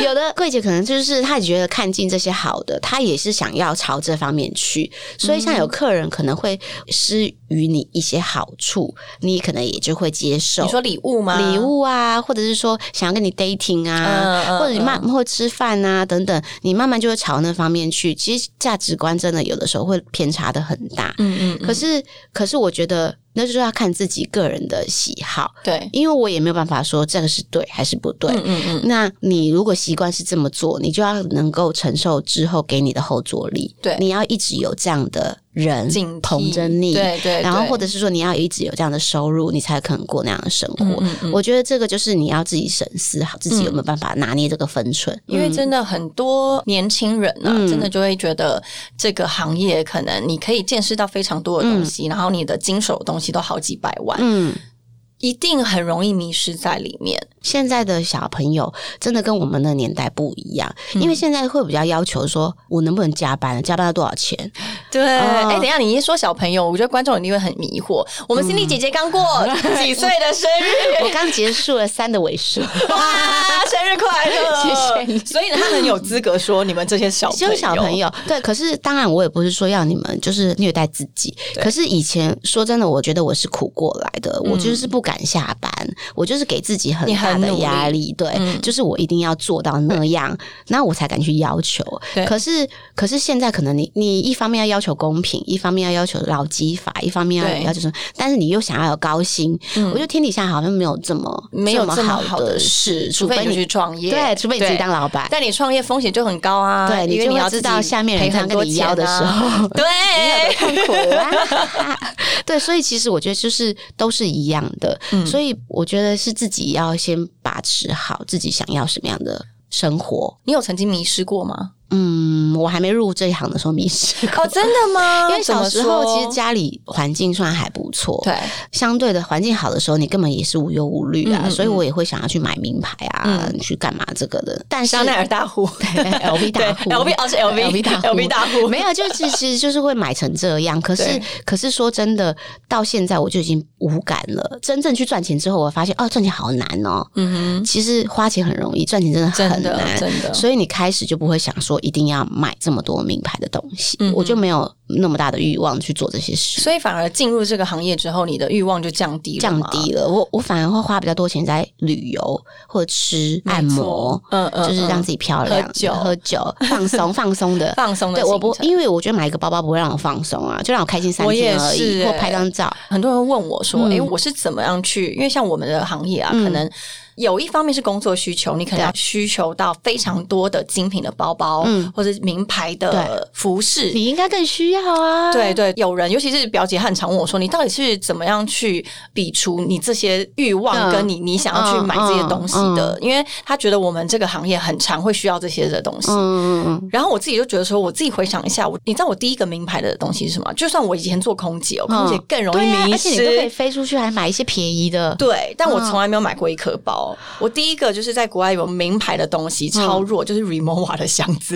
[SPEAKER 2] 有的柜姐可能就是她也觉得看尽这些好的，她也是想要朝这方面去，所以像
[SPEAKER 1] 嗯
[SPEAKER 2] 有客人可能会施予你一些好处，你可能也就会接受
[SPEAKER 1] 你。说礼物吗？
[SPEAKER 2] 礼物啊，或者是说想要跟你 dating 啊，
[SPEAKER 1] 嗯嗯
[SPEAKER 2] 或者你慢或吃饭啊等等，你慢慢就会朝那方面去。其实价值观真的有的时候会偏差的很大，
[SPEAKER 1] 嗯，嗯嗯，
[SPEAKER 2] 可是可是我觉得那就是要看自己个人的喜好，
[SPEAKER 1] 对，
[SPEAKER 2] 因为我也没有办法说这个是对还是不对。
[SPEAKER 1] 嗯嗯嗯，
[SPEAKER 2] 那你如果习惯是这么做，你就要能够承受之后给你的后坐力。
[SPEAKER 1] 对
[SPEAKER 2] 你要一直有这样的人
[SPEAKER 1] 警惕
[SPEAKER 2] 捧着你，
[SPEAKER 1] 对对，
[SPEAKER 2] 然后
[SPEAKER 1] 对
[SPEAKER 2] 或者是说你要一直有这样的收入，你才可能过那样的生活。
[SPEAKER 1] 嗯嗯嗯
[SPEAKER 2] 我觉得这个就是你要自己审视好自己有没有办法拿捏这个分寸，
[SPEAKER 1] 因为真的很多年轻人啊，
[SPEAKER 2] 嗯
[SPEAKER 1] 真的就会觉得这个行业可能你可以见识到非常多的东西，然后你的经手的东西都好几百万，
[SPEAKER 2] 嗯。
[SPEAKER 1] 一定很容易迷失在里面。
[SPEAKER 2] 现在的小朋友真的跟我们那个年代不一样，
[SPEAKER 1] 嗯
[SPEAKER 2] 因为现在会比较要求说，我能不能加班？加班要多少 钱？
[SPEAKER 1] 对，
[SPEAKER 2] 哦
[SPEAKER 1] 哎，等一下，你一说小朋友，我觉得观众一定会很迷惑。我们 Cindy 姐姐刚 过几岁的生日，
[SPEAKER 2] 我刚结束了三的尾数，
[SPEAKER 1] 哇，生日快乐！
[SPEAKER 2] 谢谢你
[SPEAKER 1] 所以他很有资格说你们这些小
[SPEAKER 2] 只有小朋友对，可是当然我也不是说要你们就是虐待自己，
[SPEAKER 1] 对
[SPEAKER 2] 可是以前说真的，我觉得我是苦过来的，我就是不敢下班，我就是给自己很
[SPEAKER 1] 嗯你
[SPEAKER 2] 大
[SPEAKER 1] 很
[SPEAKER 2] 的
[SPEAKER 1] 努力嗯
[SPEAKER 2] 压力，对，就是我一定要做到那样，那我才敢去要求
[SPEAKER 1] 对。
[SPEAKER 2] 可是可是现在可能你你一方面要要求公平，一方面要要求劳基法，一方面要
[SPEAKER 1] 对嗯
[SPEAKER 2] 要求什么，但是你又想要有高薪，我觉得天底下好像没有这么
[SPEAKER 1] 没有
[SPEAKER 2] 这
[SPEAKER 1] 这么好
[SPEAKER 2] 的
[SPEAKER 1] 的事，
[SPEAKER 2] 除
[SPEAKER 1] 除非
[SPEAKER 2] 非
[SPEAKER 1] 你
[SPEAKER 2] 你
[SPEAKER 1] 去创业，
[SPEAKER 2] 对，除非你自己当老板。
[SPEAKER 1] 但你创业风险就很高啊，
[SPEAKER 2] 对你
[SPEAKER 1] 因为
[SPEAKER 2] 就会
[SPEAKER 1] 要
[SPEAKER 2] 知
[SPEAKER 1] 自己
[SPEAKER 2] 道下面人
[SPEAKER 1] 赔
[SPEAKER 2] 这样
[SPEAKER 1] 很
[SPEAKER 2] 跟
[SPEAKER 1] 多
[SPEAKER 2] 你邀的
[SPEAKER 1] 钱啊
[SPEAKER 2] 时 候
[SPEAKER 1] 对，
[SPEAKER 2] 痛苦啦。 对，所以其实我觉得就是都是一样的，
[SPEAKER 1] 嗯
[SPEAKER 2] 所以我觉得是自己要先把持好自己想要什么样的生活。
[SPEAKER 1] 你有曾经迷失过吗？
[SPEAKER 2] 嗯，我还没入这一行的时候迷失过。
[SPEAKER 1] 哦，真的 吗？
[SPEAKER 2] 因为小时候
[SPEAKER 1] 怎么
[SPEAKER 2] 其
[SPEAKER 1] 说
[SPEAKER 2] 实家里环境算还不错，
[SPEAKER 1] 对，
[SPEAKER 2] 相对的环境好的时候，你根本也是无忧无虑啊，
[SPEAKER 1] 嗯嗯嗯
[SPEAKER 2] 所以我也会想要去买名牌啊，
[SPEAKER 1] 嗯
[SPEAKER 2] 去干嘛这个的。但是
[SPEAKER 1] 香奈儿大户，
[SPEAKER 2] LV
[SPEAKER 1] 对
[SPEAKER 2] 大户
[SPEAKER 1] ，LV 哦是
[SPEAKER 2] LV 大户
[SPEAKER 1] LV，LV 大户，
[SPEAKER 2] 没有，就是其实就是会买成这样。可是
[SPEAKER 1] 对，
[SPEAKER 2] 可是说真的，到现在我就已经无感了。真正去赚钱之后，我发现哦，赚钱好难哦。
[SPEAKER 1] 嗯
[SPEAKER 2] 其实花钱很容易，赚钱真的
[SPEAKER 1] 哼，真
[SPEAKER 2] 很
[SPEAKER 1] 的
[SPEAKER 2] 难。
[SPEAKER 1] 真的，
[SPEAKER 2] 所以你开始就不会想说一定要买这么多名牌的东西，
[SPEAKER 1] 嗯哼
[SPEAKER 2] 我就没有那么大的欲望去做这些事，
[SPEAKER 1] 所以反而进入这个行业之后，你的欲望就降低了
[SPEAKER 2] 降
[SPEAKER 1] 吗，
[SPEAKER 2] 低了。我我反而会花比较多钱在旅游或吃
[SPEAKER 1] 没
[SPEAKER 2] 按摩
[SPEAKER 1] 错，，嗯嗯，
[SPEAKER 2] 就是让
[SPEAKER 1] 嗯
[SPEAKER 2] 自己漂亮，
[SPEAKER 1] 喝酒
[SPEAKER 2] 喝酒放松放松 的，
[SPEAKER 1] 放松的
[SPEAKER 2] 对，
[SPEAKER 1] 行程。
[SPEAKER 2] 我不，因为我觉得买一个包包不会让我放松啊，就让我开心三
[SPEAKER 1] 我也
[SPEAKER 2] 天而已，
[SPEAKER 1] 是
[SPEAKER 2] 或
[SPEAKER 1] 欸
[SPEAKER 2] 拍张照。
[SPEAKER 1] 很多人问我说：“
[SPEAKER 2] 嗯
[SPEAKER 1] 诶，我是怎么样去？因为像我们的行业啊，
[SPEAKER 2] 嗯
[SPEAKER 1] 可能有一方面是工作需求，你可能
[SPEAKER 2] 对
[SPEAKER 1] 要需求到非常多的精品的包包，
[SPEAKER 2] 嗯
[SPEAKER 1] 或者名牌的服饰。”
[SPEAKER 2] 你应该更需要啊。
[SPEAKER 1] 对对，有人尤其是表姐，她很常问我说：“你到底是怎么样去比除你这些欲望，
[SPEAKER 2] 嗯
[SPEAKER 1] 跟你你想要去买这些东西的？”因为她觉得我们这个行业很常会需要这些的东西。
[SPEAKER 2] 嗯，嗯嗯
[SPEAKER 1] 然后我自己就觉得说，我自己回想一下，我你知道我第一个名牌的东西是什么吗？就算我以前做空姐哦，
[SPEAKER 2] 嗯
[SPEAKER 1] 空姐更容易
[SPEAKER 2] 对啊，
[SPEAKER 1] 迷
[SPEAKER 2] 而且你都可嗯
[SPEAKER 1] 失
[SPEAKER 2] 以。飞出去，还买一些便宜的。
[SPEAKER 1] 对，但我从来没有买过一颗包。有，我第一个就是在国外有名牌的东西超
[SPEAKER 2] 嗯
[SPEAKER 1] 弱，就是 Remova 的箱 子，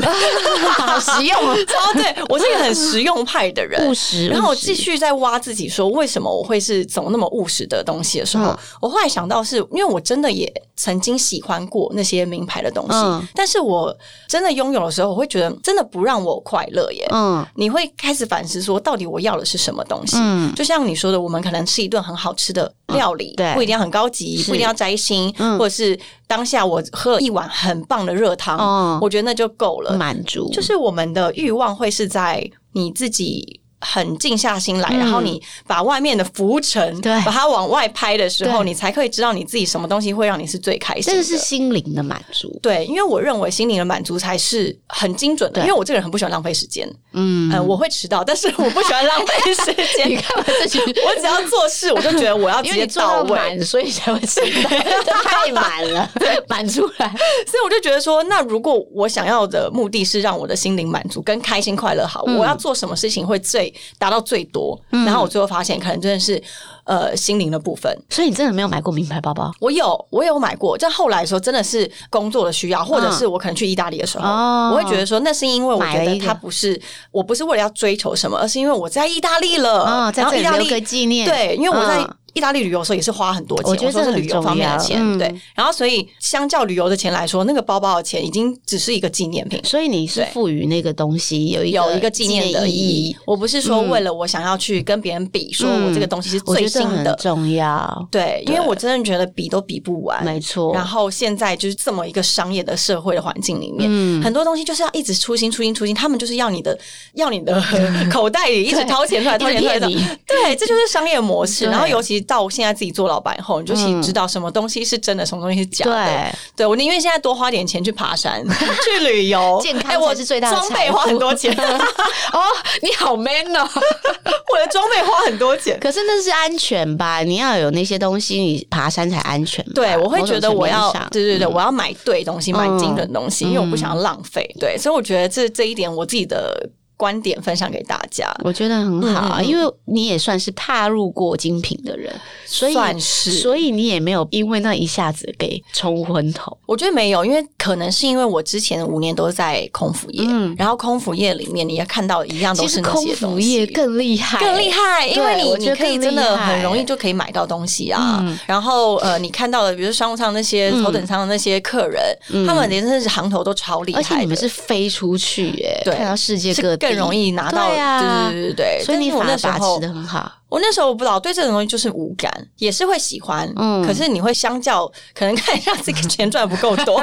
[SPEAKER 2] 好实用啊，
[SPEAKER 1] 超对我是一个很实用派的 人，
[SPEAKER 2] 务实。
[SPEAKER 1] 然后我
[SPEAKER 2] 务实
[SPEAKER 1] 继续在挖自己，说为什么我会是走那么务实的东西的时候，
[SPEAKER 2] 嗯
[SPEAKER 1] 我后来想到是，因为我真的也曾经喜欢过那些名牌的东西，
[SPEAKER 2] 嗯
[SPEAKER 1] 但是我真的拥有的时候，我会觉得真的不让我快乐耶。
[SPEAKER 2] 嗯
[SPEAKER 1] 你会开始反思说，到底我要的是什么东西？
[SPEAKER 2] 嗯
[SPEAKER 1] 就像你说的，我们可能吃一顿很好吃的料理，
[SPEAKER 2] 对
[SPEAKER 1] 不一定要很高级，
[SPEAKER 2] 是
[SPEAKER 1] 不一定要摘星，
[SPEAKER 2] 嗯
[SPEAKER 1] 或者是当下我喝了一碗很棒的热汤，
[SPEAKER 2] 哦
[SPEAKER 1] 我觉得那就够了。
[SPEAKER 2] 满足
[SPEAKER 1] 就是我们的欲望会是在你自己很静下心来，
[SPEAKER 2] 嗯
[SPEAKER 1] 然后你把外面的浮尘，
[SPEAKER 2] 对
[SPEAKER 1] 把它往外拍的时候，
[SPEAKER 2] 对
[SPEAKER 1] 你才可以知道你自己什么东西会让你是最开心
[SPEAKER 2] 这
[SPEAKER 1] 的。
[SPEAKER 2] 个是心灵的满足。
[SPEAKER 1] 对，因为我认为心灵的满足才是很精准的，
[SPEAKER 2] 对
[SPEAKER 1] 因为我这个人很不喜欢浪费时间，
[SPEAKER 2] 嗯
[SPEAKER 1] 嗯、我会迟到，但是我不喜欢浪费时
[SPEAKER 2] 你
[SPEAKER 1] 间，
[SPEAKER 2] 看我这群，
[SPEAKER 1] 我只要做事我就觉得我要直
[SPEAKER 2] 因为
[SPEAKER 1] 接
[SPEAKER 2] 你做到
[SPEAKER 1] 到位，
[SPEAKER 2] 满，所以才会吃到， 太满了，满出来。
[SPEAKER 1] 所以我就觉得说，那如果我想要的目的是让我的心灵满足跟开心快乐好，
[SPEAKER 2] 嗯
[SPEAKER 1] 我要做什么事情会最达到最多？然后我最后发现，可能真的是呃心灵的部分。
[SPEAKER 2] 所以你真的没有买过名牌包包
[SPEAKER 1] 我有，我有买过，但后来说真的是工作的需要，或者是我可能去意大利的时
[SPEAKER 2] 嗯
[SPEAKER 1] 候，
[SPEAKER 2] 哦
[SPEAKER 1] 我会觉得说那是因为我觉
[SPEAKER 2] 买了
[SPEAKER 1] 得
[SPEAKER 2] 一个
[SPEAKER 1] 它不是，我不是为了要追求什么，而是因为我在意大利了，
[SPEAKER 2] 哦在
[SPEAKER 1] 呃然后
[SPEAKER 2] 这
[SPEAKER 1] 意
[SPEAKER 2] 里
[SPEAKER 1] 大
[SPEAKER 2] 留
[SPEAKER 1] 利
[SPEAKER 2] 个纪念。
[SPEAKER 1] 对，因为我在
[SPEAKER 2] 嗯
[SPEAKER 1] 意大利旅游的时候也是花很多钱，
[SPEAKER 2] 我觉得
[SPEAKER 1] 说
[SPEAKER 2] 这
[SPEAKER 1] 是
[SPEAKER 2] 很
[SPEAKER 1] 旅游方面的
[SPEAKER 2] 重
[SPEAKER 1] 钱
[SPEAKER 2] 要，嗯
[SPEAKER 1] 对。然后所以相较旅游的钱来说，那个包包的钱已经只是一个纪念品。
[SPEAKER 2] 所以你是
[SPEAKER 1] 对
[SPEAKER 2] 赋予那个东西有一个
[SPEAKER 1] 有一个纪念的意
[SPEAKER 2] 义嗯
[SPEAKER 1] 义，，我不是说为了我想要去跟别人比，说我这个东西是
[SPEAKER 2] 我觉得
[SPEAKER 1] 最
[SPEAKER 2] 这
[SPEAKER 1] 新
[SPEAKER 2] 很
[SPEAKER 1] 的，
[SPEAKER 2] 重要。
[SPEAKER 1] 对，因为我真的觉得比都比不完，
[SPEAKER 2] 没错，
[SPEAKER 1] 然后现在就是这么一个商业的社会的环境里面，
[SPEAKER 2] 嗯
[SPEAKER 1] 很多东西就是要一直出新、出新、出新，他们就是要你的， 要你的口袋里一直掏钱出来、掏钱出 来
[SPEAKER 2] 一直骗你。
[SPEAKER 1] 对，这就是商业模式。
[SPEAKER 2] 对
[SPEAKER 1] 然后尤其到现在自己做老板以后，你就其实知道什么东西是真的，什么东西是假的。
[SPEAKER 2] 嗯对，
[SPEAKER 1] 对我宁愿现在多花点钱去爬山、 去旅 游，
[SPEAKER 2] 健康
[SPEAKER 1] 哎我
[SPEAKER 2] 才是最大的
[SPEAKER 1] 装备
[SPEAKER 2] 财富
[SPEAKER 1] 花很多钱，
[SPEAKER 2] 哦，你好 man 哦！
[SPEAKER 1] 我的装备花很多钱。
[SPEAKER 2] 可是那是安全吧？你要有那些东西，你爬山才安全吧。
[SPEAKER 1] 对，我会觉得我要
[SPEAKER 2] 某种程，
[SPEAKER 1] 对
[SPEAKER 2] 度
[SPEAKER 1] 对对，
[SPEAKER 2] 上
[SPEAKER 1] 我要买对东西，买精准东西，
[SPEAKER 2] 嗯
[SPEAKER 1] 因为我不想要浪费。对，所以我觉得这这一点，我自己的观点分享给大家，
[SPEAKER 2] 我觉得很好啊，
[SPEAKER 1] 嗯嗯嗯
[SPEAKER 2] 因为你也算是踏入过精品的人，所以
[SPEAKER 1] 算是
[SPEAKER 2] 所以你也没有因为那一下子给冲昏头。
[SPEAKER 1] 我觉得没有，因为可能是因为我之前五年都在空服业，
[SPEAKER 2] 嗯
[SPEAKER 1] 然后空服业里面你也看到一样啊都
[SPEAKER 2] 其
[SPEAKER 1] 是
[SPEAKER 2] 实
[SPEAKER 1] 那
[SPEAKER 2] 空
[SPEAKER 1] 些
[SPEAKER 2] 服
[SPEAKER 1] 东西
[SPEAKER 2] 业更厉害，欸
[SPEAKER 1] 更厉害，因为
[SPEAKER 2] 对
[SPEAKER 1] 你
[SPEAKER 2] 我觉
[SPEAKER 1] 你
[SPEAKER 2] 得
[SPEAKER 1] 可以
[SPEAKER 2] 更
[SPEAKER 1] 真
[SPEAKER 2] 厉
[SPEAKER 1] 的
[SPEAKER 2] 害
[SPEAKER 1] 很容易就可以买到东西啊。
[SPEAKER 2] 嗯
[SPEAKER 1] 然后呃，你看到的，比如说商务舱那些头等舱的那些客人，他们连甚至行头都超厉
[SPEAKER 2] 嗯
[SPEAKER 1] 害
[SPEAKER 2] 而
[SPEAKER 1] 的，
[SPEAKER 2] 且你们是飞出去耶，
[SPEAKER 1] 对
[SPEAKER 2] 看到世界
[SPEAKER 1] 是
[SPEAKER 2] 各地，
[SPEAKER 1] 更容易拿到，
[SPEAKER 2] 对啊
[SPEAKER 1] 对对对对对。
[SPEAKER 2] 所以你
[SPEAKER 1] 但是我
[SPEAKER 2] 反
[SPEAKER 1] 那
[SPEAKER 2] 而
[SPEAKER 1] 时
[SPEAKER 2] 把
[SPEAKER 1] 候
[SPEAKER 2] 持的很好。
[SPEAKER 1] 我那时候我不知道，对这种东西就是无感，也是会喜欢，
[SPEAKER 2] 嗯
[SPEAKER 1] 可是你会相较，可能看一下这个钱赚不够 多，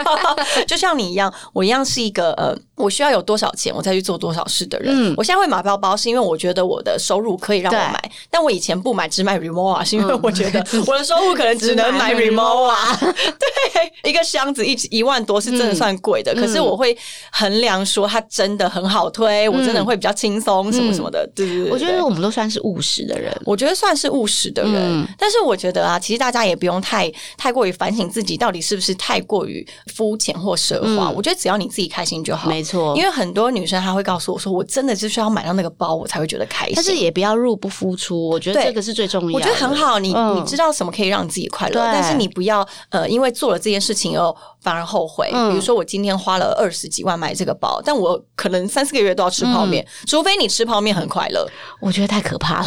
[SPEAKER 1] 就像你一样，我一样是一个呃，我需要有多少钱我再去做多少事的人。
[SPEAKER 2] 嗯
[SPEAKER 1] 我现在会买包包是因为我觉得我的收入可以让我
[SPEAKER 2] 对
[SPEAKER 1] 买，但我以前不买只买 Remova 是因为
[SPEAKER 2] 嗯
[SPEAKER 1] 我觉 得我的收入可能只能买
[SPEAKER 2] 只买啊
[SPEAKER 1] Remova，对， 一个箱子一一万多是真的算贵
[SPEAKER 2] 嗯
[SPEAKER 1] 的，可是我会衡量说它真的很好推，我真的会比较轻松什么什么的，对对对对
[SPEAKER 2] 嗯我觉得我们都算是务实的人，
[SPEAKER 1] 我觉得算是务实的人，
[SPEAKER 2] 嗯
[SPEAKER 1] 但是我觉得啊，其实大家也不用太太过于反省自己到底是不是太过于肤浅或奢华。
[SPEAKER 2] 嗯
[SPEAKER 1] 我觉得只要你自己开心就好。
[SPEAKER 2] 没错
[SPEAKER 1] 因。为很多女生她会告诉我说，我真的就是要买到那个包，我才会觉得开心。
[SPEAKER 2] 但是也不要入不敷出，我觉得
[SPEAKER 1] 对
[SPEAKER 2] 这个是最重要的。
[SPEAKER 1] 我觉得很好，你、
[SPEAKER 2] 嗯
[SPEAKER 1] 你知道什么可以让你自己快乐
[SPEAKER 2] 对，
[SPEAKER 1] 但是你不要呃，因为做了这件事情而反而后悔。
[SPEAKER 2] 嗯
[SPEAKER 1] 比如说，我今天花了二十几万买这个包，但我可能三四个月都要吃泡面，
[SPEAKER 2] 嗯
[SPEAKER 1] 除非你吃泡面很快乐。
[SPEAKER 2] 我觉得太可怕了，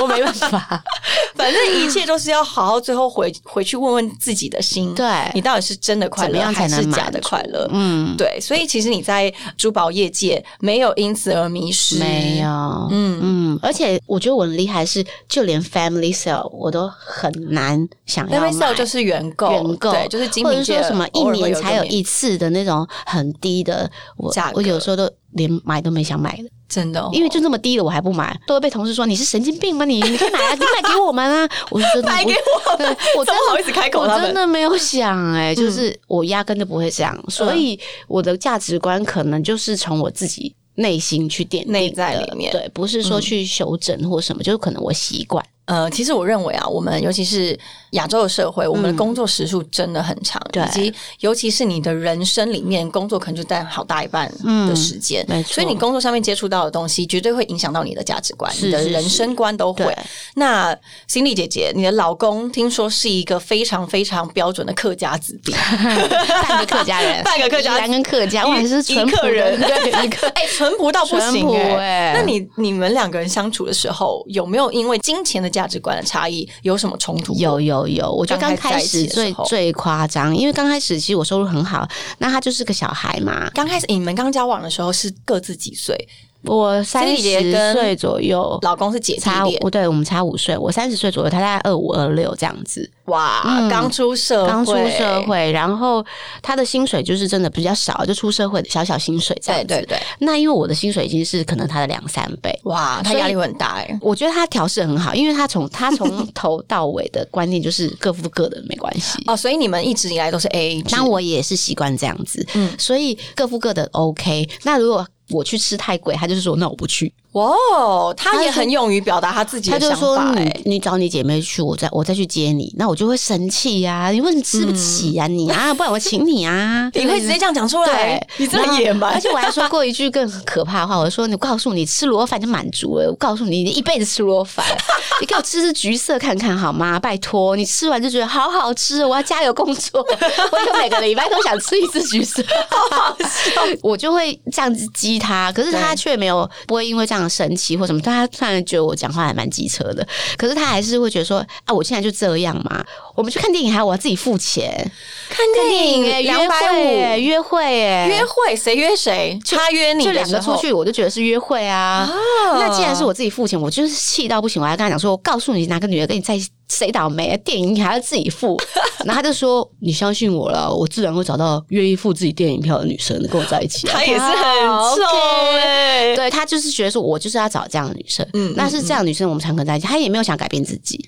[SPEAKER 2] 我没办法。
[SPEAKER 1] 反正一切都是要好好最后回回去问问自己的 心，
[SPEAKER 2] 对
[SPEAKER 1] 你到底是真的快
[SPEAKER 2] 怎
[SPEAKER 1] 乐
[SPEAKER 2] 么样才
[SPEAKER 1] 还
[SPEAKER 2] 能
[SPEAKER 1] 是
[SPEAKER 2] 满
[SPEAKER 1] 假的快乐？
[SPEAKER 2] 嗯，
[SPEAKER 1] 对，所以其实你在珠宝业界没有因此而迷失，
[SPEAKER 2] 没有，
[SPEAKER 1] 嗯
[SPEAKER 2] 嗯，而且我觉得我很厉害是，就连 family sale 我都很难想要买。
[SPEAKER 1] ，Family Sale 就是原购，
[SPEAKER 2] 原购
[SPEAKER 1] 对，就是精
[SPEAKER 2] 或
[SPEAKER 1] 品
[SPEAKER 2] 者
[SPEAKER 1] 界
[SPEAKER 2] 说什么一
[SPEAKER 1] 偶尔会
[SPEAKER 2] 年
[SPEAKER 1] 有
[SPEAKER 2] 才有一次的那种很低的，我
[SPEAKER 1] 价
[SPEAKER 2] 我有
[SPEAKER 1] 格
[SPEAKER 2] 时候都连买都没想买的，
[SPEAKER 1] 真 的哦，
[SPEAKER 2] 因为就那么低了我还不买，都会被同事说你是神经病吗你？你可以买啊，你卖给我们啊！我就说
[SPEAKER 1] 买给
[SPEAKER 2] 我 对我真
[SPEAKER 1] 怎么
[SPEAKER 2] 的
[SPEAKER 1] 好意思开口
[SPEAKER 2] 我
[SPEAKER 1] 他
[SPEAKER 2] 真
[SPEAKER 1] 们？嗯
[SPEAKER 2] 的没有想哎、就是我压根就不会这样，所以我的价值观可能就是从我自己内心去奠定的
[SPEAKER 1] 内在里面嗯
[SPEAKER 2] 对，不是说去修整或什么，就是可能我习惯。
[SPEAKER 1] 呃，其实我认为啊，我们尤其是亚洲的社会，我们的工作时数真的很长，
[SPEAKER 2] 嗯对
[SPEAKER 1] 以及尤其是你的人生里面，工作可能就占好大一半的时间，
[SPEAKER 2] 嗯没错
[SPEAKER 1] 所以你工作上面接触到的东西，绝对会影响到你的价值观、
[SPEAKER 2] 是
[SPEAKER 1] 你的
[SPEAKER 2] 是
[SPEAKER 1] 人
[SPEAKER 2] 是
[SPEAKER 1] 生观都会
[SPEAKER 2] 对。
[SPEAKER 1] 那心丽姐姐，你的老公听说是一个非常非常标准的客家子 弟，
[SPEAKER 2] 半个客家人，
[SPEAKER 1] 半个客家
[SPEAKER 2] 宜兰跟客家，哇，你是
[SPEAKER 1] 一
[SPEAKER 2] 淳朴
[SPEAKER 1] 个
[SPEAKER 2] 的
[SPEAKER 1] 人，
[SPEAKER 2] 对，一个
[SPEAKER 1] 哎、淳朴到不
[SPEAKER 2] 淳
[SPEAKER 1] 行
[SPEAKER 2] 朴
[SPEAKER 1] 哎、
[SPEAKER 2] 哎
[SPEAKER 1] 那你你们两个人相处的时候，有没有因为金钱的价值观的差异有什么冲突？
[SPEAKER 2] 有，有有，我觉得
[SPEAKER 1] 刚
[SPEAKER 2] 刚
[SPEAKER 1] 开
[SPEAKER 2] 开
[SPEAKER 1] 始在一
[SPEAKER 2] 始
[SPEAKER 1] 起的时
[SPEAKER 2] 最
[SPEAKER 1] 候
[SPEAKER 2] 最夸张，因为刚开始其实我收入很好，那他就是个小孩嘛，
[SPEAKER 1] 刚开始你们刚交往的时候是各自几岁？
[SPEAKER 2] 我三
[SPEAKER 1] 丽姐
[SPEAKER 2] 十
[SPEAKER 1] 跟
[SPEAKER 2] 岁左右，
[SPEAKER 1] 老公是姐弟
[SPEAKER 2] 差
[SPEAKER 1] 恋，
[SPEAKER 2] 五，对我们差五岁，我三十岁左右，他大概二五二六这样子，
[SPEAKER 1] 哇，
[SPEAKER 2] 嗯
[SPEAKER 1] 刚出社会，
[SPEAKER 2] 刚出社，会，然后他的薪水就是真的比较少，就出社会的小小薪水这样
[SPEAKER 1] 对
[SPEAKER 2] 子。
[SPEAKER 1] 对对，
[SPEAKER 2] 那因为我的薪水已经是可能他的两三倍。
[SPEAKER 1] 哇，他
[SPEAKER 2] 所以
[SPEAKER 1] 压力会很大哎、
[SPEAKER 2] 我觉得他调试很好，因为他从他 从头到尾的观念就是各付各的，没关系。
[SPEAKER 1] 哦，所以你们一直以来都是 A A 制
[SPEAKER 2] 那我也是习惯这样子，
[SPEAKER 1] 嗯
[SPEAKER 2] 所以各付各的 OK。那如果我去吃太贵，他就是说那我不去，
[SPEAKER 1] 哇哦，他
[SPEAKER 2] 他
[SPEAKER 1] 也
[SPEAKER 2] 是
[SPEAKER 1] 很勇于表达他自己
[SPEAKER 2] 他
[SPEAKER 1] 的
[SPEAKER 2] 就
[SPEAKER 1] 想
[SPEAKER 2] 说
[SPEAKER 1] 法哎、，
[SPEAKER 2] 你你找你姐妹去，我再我再去接你，那我就会生气呀、你为什么吃不起呀、你啊，不然我请你啊
[SPEAKER 1] 嗯 你会直接这样讲出来
[SPEAKER 2] 对，
[SPEAKER 1] 你真
[SPEAKER 2] 然
[SPEAKER 1] 的
[SPEAKER 2] 后
[SPEAKER 1] 野蛮
[SPEAKER 2] 而。且我还说过一句更可怕的话，我说你告诉你吃螺饭就满足了，我告诉你你一辈子吃螺饭， 你给我吃吃橘色看看好吗？拜托，你吃完就觉得好好吃，我要加油工作， 我以后每个礼拜都想吃一次橘色， 我就会这样子激他，可是他
[SPEAKER 1] 对
[SPEAKER 2] 却没有不会因为这样生气或什么，但他突然觉得我讲话还蛮机车的，可是他还是会觉得说啊，我现在就这样嘛，我们去看电影还要我要自己付钱，
[SPEAKER 1] 看
[SPEAKER 2] 看电影哎、
[SPEAKER 1] 哎，
[SPEAKER 2] 约
[SPEAKER 1] 两百
[SPEAKER 2] 会、
[SPEAKER 1] 五
[SPEAKER 2] 哎，约会哎、
[SPEAKER 1] 约会谁约谁？他约你
[SPEAKER 2] 就
[SPEAKER 1] 的
[SPEAKER 2] 两个
[SPEAKER 1] 时候
[SPEAKER 2] 出，去，我就觉得是约会啊。那既然是我自己付钱，我就是气到不行，我还跟他讲说，我告诉你，哪个女的跟你在一起谁倒霉啊？电影还要自己 付。然后他就说，你相信我了，我自然会找到愿意付自己电影票的女生跟我在一起、啊
[SPEAKER 1] 他。也是很
[SPEAKER 2] 哇
[SPEAKER 1] 臭
[SPEAKER 2] ，OK
[SPEAKER 1] 哎、
[SPEAKER 2] 对他就是觉得说，我就是要找这样的女生，
[SPEAKER 1] 嗯
[SPEAKER 2] 嗯，那是这样的女生我们才可能在一起。他也没有想改变自己，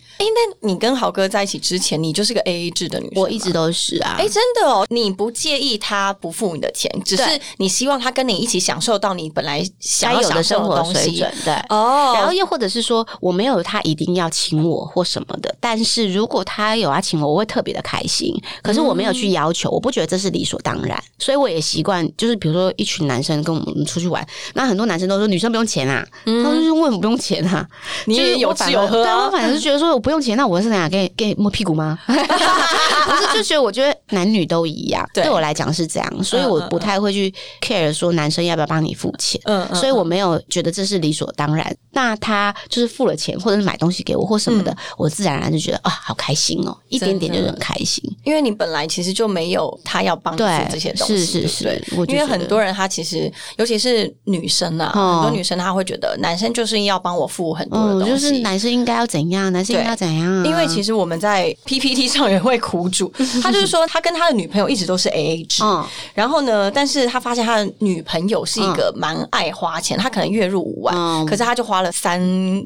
[SPEAKER 1] 你跟豪哥在一起之前，你就是个 A A 制的女生吗，
[SPEAKER 2] 我一直都是啊
[SPEAKER 1] 哎、。真的哦，你不介意他不付你的钱，只是
[SPEAKER 2] 对
[SPEAKER 1] 你希望他跟你一起享受到你本来想
[SPEAKER 2] 该
[SPEAKER 1] 要
[SPEAKER 2] 有的
[SPEAKER 1] 享
[SPEAKER 2] 生
[SPEAKER 1] 受
[SPEAKER 2] 活
[SPEAKER 1] 东
[SPEAKER 2] 水
[SPEAKER 1] 西
[SPEAKER 2] 准，对，
[SPEAKER 1] 哦。
[SPEAKER 2] 然后又或者是说我没有他一定要请我或什么的，但是如果他有要请我，我会特别的开心。可是我没有
[SPEAKER 1] 嗯
[SPEAKER 2] 去要求，我不觉得这是理所当然，所以我也习惯，就是比如说一群男生跟我们出去玩，那很多男生都说女生不用钱啊，他们就问我不用钱啊，
[SPEAKER 1] 嗯你
[SPEAKER 2] 就
[SPEAKER 1] 也
[SPEAKER 2] 是
[SPEAKER 1] 有
[SPEAKER 2] 我反
[SPEAKER 1] 吃
[SPEAKER 2] 而
[SPEAKER 1] 有喝
[SPEAKER 2] 对我
[SPEAKER 1] 啊，
[SPEAKER 2] 反正是觉得说我不用钱，那我是哪给给你摸屁股吗？ 我是就觉得我觉得男女都一样，
[SPEAKER 1] 对
[SPEAKER 2] 对我来讲是这样，所以我
[SPEAKER 1] 嗯嗯
[SPEAKER 2] 不太会去 care 说男生要不要帮你付钱。
[SPEAKER 1] 嗯嗯
[SPEAKER 2] 所以我没有觉得这是理所当然。那他就是付了钱，或者是买东西给我或什么
[SPEAKER 1] 嗯
[SPEAKER 2] 的，我自然而然就觉得啊、好开心哦，一点点就很开心。
[SPEAKER 1] 因为你本来其实就没有他要帮你
[SPEAKER 2] 对
[SPEAKER 1] 付，这些东西，
[SPEAKER 2] 是是
[SPEAKER 1] 对不对
[SPEAKER 2] 是，我就
[SPEAKER 1] 因为
[SPEAKER 2] 觉得
[SPEAKER 1] 很多人他其实，尤其是女生啊，
[SPEAKER 2] 哦
[SPEAKER 1] 很多女生她会觉得男生就是要帮我付很多的
[SPEAKER 2] 嗯，
[SPEAKER 1] 东西，
[SPEAKER 2] 就是男生应该要怎样，男生应该要怎样、啊，
[SPEAKER 1] 因为其
[SPEAKER 2] 实
[SPEAKER 1] 实我们在 PPT 上也会苦 主，他就是说他跟他的女朋友一直都是 AA 制，
[SPEAKER 2] 嗯
[SPEAKER 1] 然后呢，但是他发现他的女朋友是一个蛮爱花钱，他可能月入五万，
[SPEAKER 2] 嗯
[SPEAKER 1] 可是他就花了三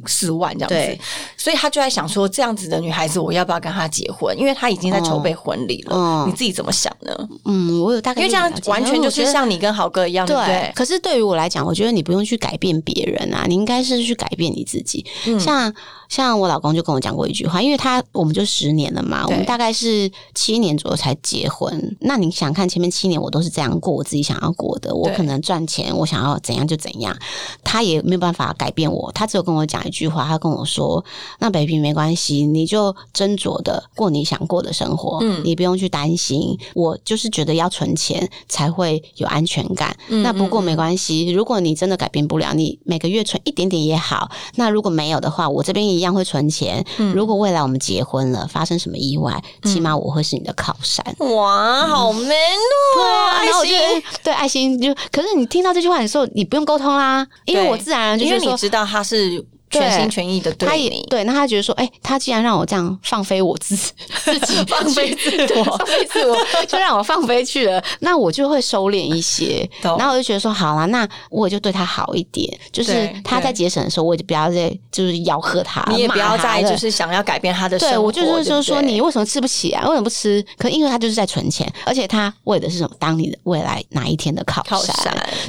[SPEAKER 1] 四万这样子
[SPEAKER 2] 对，
[SPEAKER 1] 所以他就在想说，这样子的女孩子我要不要跟她结婚？因为他已经在筹备婚礼了，
[SPEAKER 2] 嗯
[SPEAKER 1] 你自己怎么想呢？
[SPEAKER 2] 嗯，我有大概
[SPEAKER 1] 因为这样
[SPEAKER 2] 了解
[SPEAKER 1] 完全就。
[SPEAKER 2] 因
[SPEAKER 1] 是
[SPEAKER 2] 为我觉得
[SPEAKER 1] 像你跟豪哥一样，对不
[SPEAKER 2] 对
[SPEAKER 1] 对，？
[SPEAKER 2] 可是对于我来讲，我觉得你不用去改变别人啊，你应该是去改变你自己。像像我老公就跟我讲过一句话，因为他我们就十年了嘛，我
[SPEAKER 1] 对
[SPEAKER 2] 们大概是七年左右才结婚。那你想看前面七年我都是这样过我自己想要过的，我
[SPEAKER 1] 对
[SPEAKER 2] 可能赚钱，我想要怎样就怎样，他也没有办法改变我，他只有跟我讲一句话，他跟我说：“那 baby 没关系，你就斟酌的过你想过的生活，
[SPEAKER 1] 嗯
[SPEAKER 2] 你不用去担心。我就是觉得要存钱才会有安全感。
[SPEAKER 1] 嗯
[SPEAKER 2] 那不过
[SPEAKER 1] 嗯嗯
[SPEAKER 2] 没关系，如果你真的改变不了，你每个月存一点点也好。那如果没有的话，我这边一样会存钱。
[SPEAKER 1] 嗯
[SPEAKER 2] 如果未来我们结婚了，发生什么意外，起码我会是你的靠山。
[SPEAKER 1] 哇，好 man
[SPEAKER 2] 对
[SPEAKER 1] 哦，
[SPEAKER 2] 啊，
[SPEAKER 1] 爱
[SPEAKER 2] 然后我就
[SPEAKER 1] 心。
[SPEAKER 2] 对爱心就，可是你听到这句话的时候，你不用沟通啦，因为
[SPEAKER 1] 对
[SPEAKER 2] 我自然而然就
[SPEAKER 1] 因
[SPEAKER 2] 觉
[SPEAKER 1] 为
[SPEAKER 2] 得
[SPEAKER 1] 你
[SPEAKER 2] 说，
[SPEAKER 1] 知道他是全心全意的
[SPEAKER 2] 他
[SPEAKER 1] 对
[SPEAKER 2] 也
[SPEAKER 1] 你，
[SPEAKER 2] 对，那他觉得说，哎、他既然让我这样放飞我自自己，
[SPEAKER 1] 放飞
[SPEAKER 2] 去
[SPEAKER 1] 自我
[SPEAKER 2] 对放飞自我，就让我放飞去了，那我就会收敛一些。
[SPEAKER 1] 懂
[SPEAKER 2] 然后我就觉得说，好啦，那我就对他好一点，就是
[SPEAKER 1] 对
[SPEAKER 2] 他在节省的时候，我就不要再就是吆喝他，
[SPEAKER 1] 你也不要
[SPEAKER 2] 骂他
[SPEAKER 1] 再
[SPEAKER 2] 对
[SPEAKER 1] 就是想要改变他的生活。
[SPEAKER 2] 对我就是
[SPEAKER 1] 对
[SPEAKER 2] 说
[SPEAKER 1] 不
[SPEAKER 2] 说
[SPEAKER 1] 对
[SPEAKER 2] 你为什么吃不起啊？为什么不吃？可因为他就是在存钱，而且他为的是什么？当你的未来哪一天的靠
[SPEAKER 1] 靠山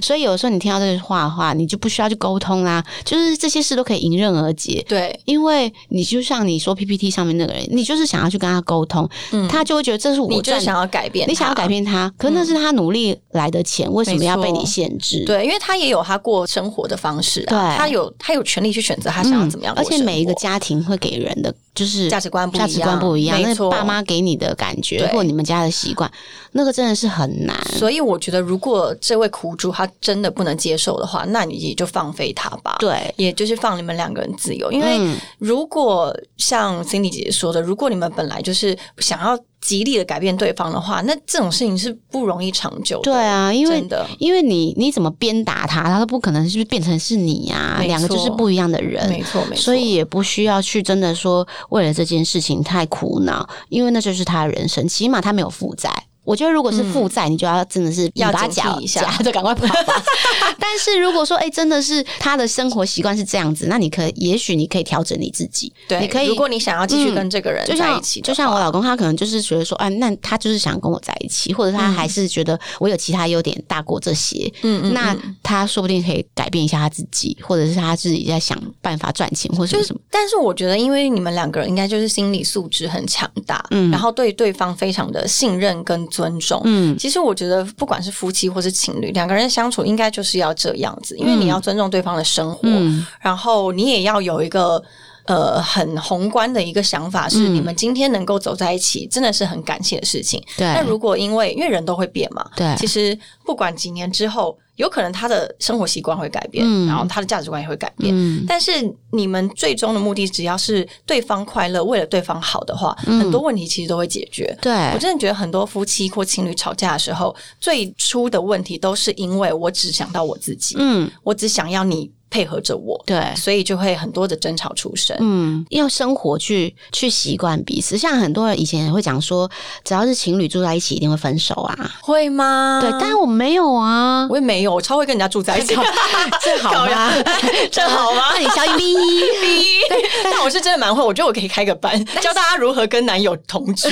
[SPEAKER 2] 所以有时候你听到这句话的话，你就不需要去沟通啦，就是这些事都可以影迎刃而解。
[SPEAKER 1] 对，
[SPEAKER 2] 因为你就像你说 PPT 上面那个人，你就是想要去跟他沟通，
[SPEAKER 1] 嗯
[SPEAKER 2] 他就会觉得这是
[SPEAKER 1] 你
[SPEAKER 2] 我
[SPEAKER 1] 就是
[SPEAKER 2] 赚，
[SPEAKER 1] 想要改变，
[SPEAKER 2] 你想要改。变他，可那是他努力来的钱，为什么要被你限制？
[SPEAKER 1] 对，因为他也有他过生活的方式、啊，
[SPEAKER 2] 对
[SPEAKER 1] 他有他有权利去选择他啊想要怎么样、
[SPEAKER 2] 嗯而且每一个家庭会给人的就是
[SPEAKER 1] 价值观不一
[SPEAKER 2] 价
[SPEAKER 1] 样
[SPEAKER 2] 值观不一样，
[SPEAKER 1] 没
[SPEAKER 2] 那
[SPEAKER 1] 错
[SPEAKER 2] 爸妈给你的感觉
[SPEAKER 1] 对
[SPEAKER 2] 或你们家的习惯，那个真的是很难。
[SPEAKER 1] 所以我觉得，如果这位苦主他真的不能接受的话，那你也就放飞他吧。。
[SPEAKER 2] 对，
[SPEAKER 1] 也就是放你们两个人自由，因为
[SPEAKER 2] 嗯，
[SPEAKER 1] 如果像 Cindy 姐姐说的，如果你们本来就是想要极力的改变对方的话，那这种事情是不容易长久的。
[SPEAKER 2] 对啊，因为
[SPEAKER 1] 真的
[SPEAKER 2] 因为你你怎么鞭打他，他都不可能是不是变成是你呀、
[SPEAKER 1] 没错
[SPEAKER 2] 两个就是不一样的人
[SPEAKER 1] 没。错没错，
[SPEAKER 2] 所以也不需要去真的说为了这件事情太苦恼，因为那就是他的人生，起码他没有负债。我觉得如果是负债，你就要真的是
[SPEAKER 1] 嗯要
[SPEAKER 2] 尾巴
[SPEAKER 1] 警惕
[SPEAKER 2] 夹
[SPEAKER 1] 一 下
[SPEAKER 2] 夹着赶快跑吧。但是如果说哎、真的是他的生活习惯是这样子，那你可也许你可以调整你自己，
[SPEAKER 1] 对，
[SPEAKER 2] 你可以
[SPEAKER 1] 如果你想要继续
[SPEAKER 2] 嗯
[SPEAKER 1] 跟这个人
[SPEAKER 2] 就
[SPEAKER 1] 在
[SPEAKER 2] 像
[SPEAKER 1] 一起的
[SPEAKER 2] 就像
[SPEAKER 1] 话
[SPEAKER 2] 我老公，他可能就是觉得说，啊，那他就是想跟我在一起，或者他还是觉得我有其他优点大过这些，
[SPEAKER 1] 嗯嗯，
[SPEAKER 2] 那
[SPEAKER 1] 嗯
[SPEAKER 2] 他说不定可以改变一下他自己，或者是他自己在想办法赚钱或什
[SPEAKER 1] 就
[SPEAKER 2] 么
[SPEAKER 1] 是
[SPEAKER 2] 什么。，
[SPEAKER 1] 但是我觉得，因为你们两个人应该就是心理素质很强大，
[SPEAKER 2] 嗯
[SPEAKER 1] 然后对对方非常的信任跟尊重。
[SPEAKER 2] 嗯，
[SPEAKER 1] 其实我觉得，不管是夫妻或是情侣，两个人相处应该就是要这样子，因为你要尊重对方的生活，
[SPEAKER 2] 嗯
[SPEAKER 1] 然后你也要有一个。呃，很宏观的一个想法是，
[SPEAKER 2] 嗯
[SPEAKER 1] 你们今天能够走在一起，真的是很感谢的事情。
[SPEAKER 2] 对
[SPEAKER 1] 但如果因为因为人都会变嘛，
[SPEAKER 2] 对
[SPEAKER 1] 其实不管几年之后，有可能他的生活习惯会改变，
[SPEAKER 2] 嗯
[SPEAKER 1] 然后他的价值观也会改变，
[SPEAKER 2] 嗯，
[SPEAKER 1] 但是你们最终的目的，只要是对方快乐，为了对方好的话，很多问题其实都会解决。
[SPEAKER 2] 嗯对，
[SPEAKER 1] 我真的觉得很多夫妻或情侣吵架的时候，最初的问题都是因为我只想到我自己，
[SPEAKER 2] 嗯，
[SPEAKER 1] 我只想要你配合着我，
[SPEAKER 2] 对。
[SPEAKER 1] 所以就会很多的争吵出生。
[SPEAKER 2] 嗯，要生活去去习惯彼此。像很多人以前会讲说，只要是情侣住在一起，一定会分手啊。
[SPEAKER 1] 会吗？
[SPEAKER 2] 对，但我没有啊。
[SPEAKER 1] 我也没有，我超会跟人家住在一起，
[SPEAKER 2] 这好吗
[SPEAKER 1] 搞呀？ 这 好吗？
[SPEAKER 2] 那你消音逼。
[SPEAKER 1] 但我是真的蛮会，我觉得我可以开个 班，教大家如何跟男友同 居，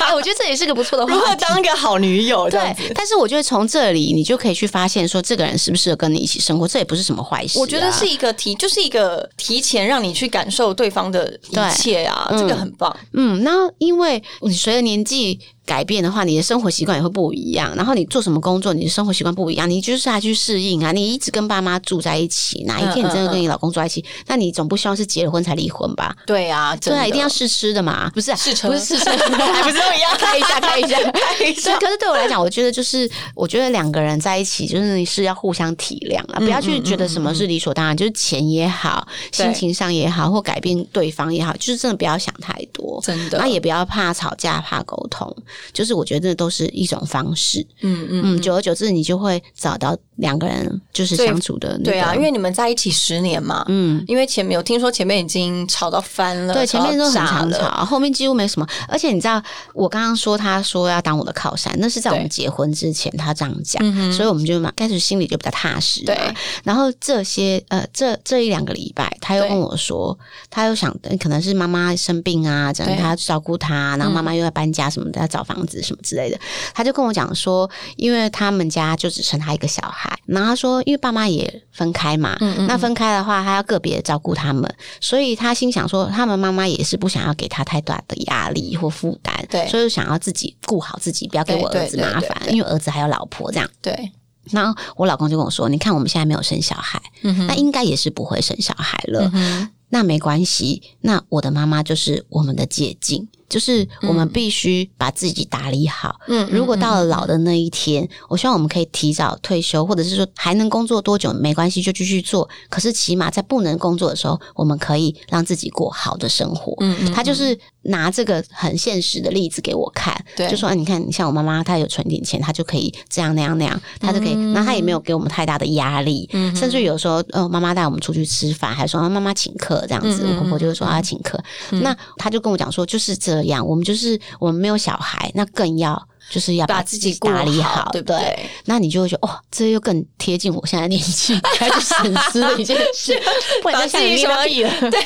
[SPEAKER 2] 哎，我觉得这也是个不错的
[SPEAKER 1] 如
[SPEAKER 2] 话
[SPEAKER 1] 何
[SPEAKER 2] 题。
[SPEAKER 1] 当一个好女友这样子
[SPEAKER 2] 对，。但是我觉得从这里你就可以去发现说，这个人适不适合跟你一起生活，这也不是什么坏事啊、
[SPEAKER 1] 我觉得是一个提，就是一个提前让你去感受对方的一切啊，
[SPEAKER 2] 对嗯
[SPEAKER 1] 这个很棒。
[SPEAKER 2] 嗯，那因为你随着年纪改变的话，你的生活习惯也会不一样，然后你做什么工作，你的生活习惯不一样，你就是要去适应啊。你一直跟爸妈住在一起，哪一天你真的跟你老公住在
[SPEAKER 1] 嗯
[SPEAKER 2] 一起，那你总不希望是结了婚才离婚吧？
[SPEAKER 1] 对啊，
[SPEAKER 2] 对
[SPEAKER 1] 真
[SPEAKER 2] 啊，
[SPEAKER 1] 的
[SPEAKER 2] 一 定要试吃的嘛，不是、啊、
[SPEAKER 1] 试车
[SPEAKER 2] 不是试吃，
[SPEAKER 1] 还不是啊都一样？
[SPEAKER 2] 开一下，开一下。
[SPEAKER 1] 开一
[SPEAKER 2] 对，
[SPEAKER 1] 下。
[SPEAKER 2] 可是对我来讲，我觉得就是，我觉得两个人在一起，就是你是要互相体谅
[SPEAKER 1] 嗯
[SPEAKER 2] 啊，不要去觉得什么是理所当然，就是钱也好，
[SPEAKER 1] 对
[SPEAKER 2] 心情上也好，或改变对方也好，就是真的不要想太多。
[SPEAKER 1] 真的，
[SPEAKER 2] 那也不要怕吵架，怕沟通，就是我觉得这都是一种方式。
[SPEAKER 1] 嗯嗯，
[SPEAKER 2] 嗯，久而久之，你就会找到两个人就是
[SPEAKER 1] 对
[SPEAKER 2] 相处的、那个。
[SPEAKER 1] 对啊，因为你们在一起十年嘛，
[SPEAKER 2] 嗯，
[SPEAKER 1] 因为前面有听说前面已经吵到翻了，
[SPEAKER 2] 对，前面都很
[SPEAKER 1] 吵到炸
[SPEAKER 2] 常
[SPEAKER 1] 了，
[SPEAKER 2] 吵，后面几乎没什么。而且你知道，我刚刚说他说要当我的靠山，那是在我们
[SPEAKER 1] 对
[SPEAKER 2] 结婚之前他这样讲，
[SPEAKER 1] 嗯哼
[SPEAKER 2] 所以我们就嘛开始心里就比较踏实。啊
[SPEAKER 1] 对，
[SPEAKER 2] 然后这些呃，这这一两个礼拜，他又
[SPEAKER 1] 对
[SPEAKER 2] 跟我说，他又想呃可能是妈妈生病啊，这样
[SPEAKER 1] 对
[SPEAKER 2] 他要照顾她，然后妈妈又要搬家什么的，要找房子什么之类的。他就跟我讲说，因为他们家就只剩他一个小孩，然后他说，因为爸妈也分开嘛，
[SPEAKER 1] 嗯嗯
[SPEAKER 2] 那分开的话，他要个别照顾他们，所以他心想说，他们妈妈也是不想要给他太大的压力或负担，
[SPEAKER 1] 对
[SPEAKER 2] 所以就想要自己顾好自己，不要给
[SPEAKER 1] 对
[SPEAKER 2] 我儿子
[SPEAKER 1] 对对
[SPEAKER 2] 麻
[SPEAKER 1] 对
[SPEAKER 2] 烦，
[SPEAKER 1] 对
[SPEAKER 2] 因为儿子还有老婆这样。
[SPEAKER 1] 对，
[SPEAKER 2] 然后我老公就跟我说：“你看我们现在没有生小孩，
[SPEAKER 1] 嗯哼
[SPEAKER 2] 那应该也是不会生小孩了。
[SPEAKER 1] 嗯哼
[SPEAKER 2] 那没关系，那我的妈妈就是我们的借镜，就是我们必须把自己打理好。
[SPEAKER 1] 嗯
[SPEAKER 2] 如果到了
[SPEAKER 1] 嗯
[SPEAKER 2] 老的那一天，我希望我们可以提早退休，或者是说还能工作多久没关系，就继续做。可是起码在不能工作的时候，我们可以让自己过好的生活。
[SPEAKER 1] 嗯嗯
[SPEAKER 2] 他就是拿这个很现实的例子给我看，
[SPEAKER 1] 对
[SPEAKER 2] 就说、哎你看，你像我妈妈，她有存点钱，她就可以这样那样那样，她就可以，那、她也没有给我们太大的压力，
[SPEAKER 1] 嗯
[SPEAKER 2] 甚至有时候，呃，妈妈带我们出去吃饭，还说、啊、妈妈请客这样子，
[SPEAKER 1] 嗯嗯嗯
[SPEAKER 2] 我婆婆就会说啊请客，那她就跟我讲说就是这样，我们就是我们没有小孩，那更要。就是要
[SPEAKER 1] 把
[SPEAKER 2] 把
[SPEAKER 1] 自己过
[SPEAKER 2] 打理
[SPEAKER 1] 好，
[SPEAKER 2] 对
[SPEAKER 1] 对不对？
[SPEAKER 2] 那你就会觉得，哇、这又更贴近我现在的年纪 开始深思的一件事，不然就像你捏到地了，对，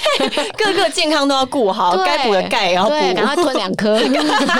[SPEAKER 1] 各个健康都要顾好，
[SPEAKER 2] 对
[SPEAKER 1] 哦该补的钙也要补，
[SPEAKER 2] 对，赶快吞两颗，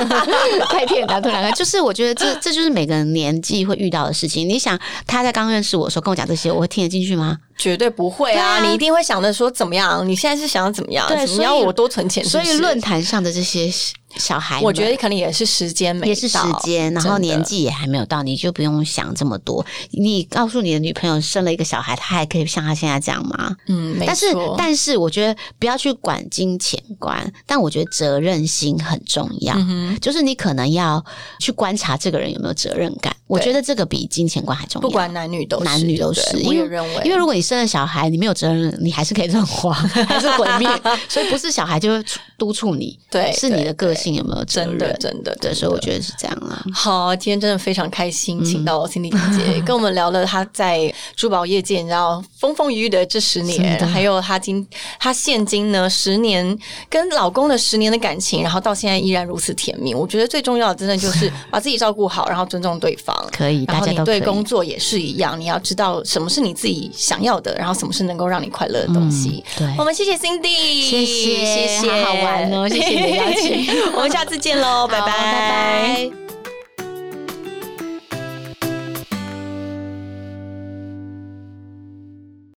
[SPEAKER 2] 太骗人，赶快吞两颗。就是我觉得这这就是每个人年纪会遇到的事情。你想，他在刚认识我的时候跟我讲这些，我会听得进去吗？
[SPEAKER 1] 绝对不会啊！
[SPEAKER 2] 对啊
[SPEAKER 1] 你一定会想着说怎么样？你现在是想要怎么样？
[SPEAKER 2] 对
[SPEAKER 1] 你
[SPEAKER 2] 所以
[SPEAKER 1] 要我多存钱是
[SPEAKER 2] 所
[SPEAKER 1] 不是
[SPEAKER 2] 以论坛上的这些小小孩们，
[SPEAKER 1] 我觉得可能也是时间没
[SPEAKER 2] 也是时
[SPEAKER 1] 到
[SPEAKER 2] 间，然后
[SPEAKER 1] 真的
[SPEAKER 2] 年纪也还没有到，你就不用想这么多。你告诉你的女朋友生了一个小孩，她还可以像她现在这样吗？
[SPEAKER 1] 嗯，没
[SPEAKER 2] 但是
[SPEAKER 1] 错，
[SPEAKER 2] 但是我觉得不要去管金钱观，但我觉得责任心很重要。
[SPEAKER 1] 嗯哼，
[SPEAKER 2] 就是你可能要去观察这个人有没有责任感，我觉得这个比金钱观还重要。
[SPEAKER 1] 不管男女都是
[SPEAKER 2] 男女都
[SPEAKER 1] 对
[SPEAKER 2] 是，
[SPEAKER 1] 我也
[SPEAKER 2] 因为
[SPEAKER 1] 认为，
[SPEAKER 2] 因为如果你生了小孩，你没有责任，你还是可以乱花，还是毁 灭，所以不是小孩就会促督促你，
[SPEAKER 1] 对
[SPEAKER 2] 是你的个
[SPEAKER 1] 对
[SPEAKER 2] 性有没有责
[SPEAKER 1] 真
[SPEAKER 2] 任？
[SPEAKER 1] 的真的，
[SPEAKER 2] 对，
[SPEAKER 1] 真
[SPEAKER 2] 所以我
[SPEAKER 1] 的
[SPEAKER 2] 觉得是这样啊啦。
[SPEAKER 1] 好，今天真的非常开
[SPEAKER 2] 嗯
[SPEAKER 1] 心，请到 Cindy 姐姐、 跟我们聊了她在珠宝业界，你知道风风雨雨的这十年
[SPEAKER 2] 真，的
[SPEAKER 1] 还有她今她现今呢十年跟老公的十年的感情，然后到现在依然如此甜蜜。我觉得最重要的，真的就是 把自己照顾好，然后尊重对方。
[SPEAKER 2] 可以，
[SPEAKER 1] 然
[SPEAKER 2] 大
[SPEAKER 1] 后
[SPEAKER 2] 家
[SPEAKER 1] 你
[SPEAKER 2] 都可
[SPEAKER 1] 对
[SPEAKER 2] 以。
[SPEAKER 1] 工作也是一样，你要知道什么是你自己想要的，然后什么是能够让你快乐的东西。
[SPEAKER 2] 对
[SPEAKER 1] 我们谢谢 Cindy，
[SPEAKER 2] 嗯谢谢
[SPEAKER 1] 谢谢，
[SPEAKER 2] 好好玩哦谢谢你的邀请
[SPEAKER 1] 我们下次见喽，拜
[SPEAKER 2] 好拜拜。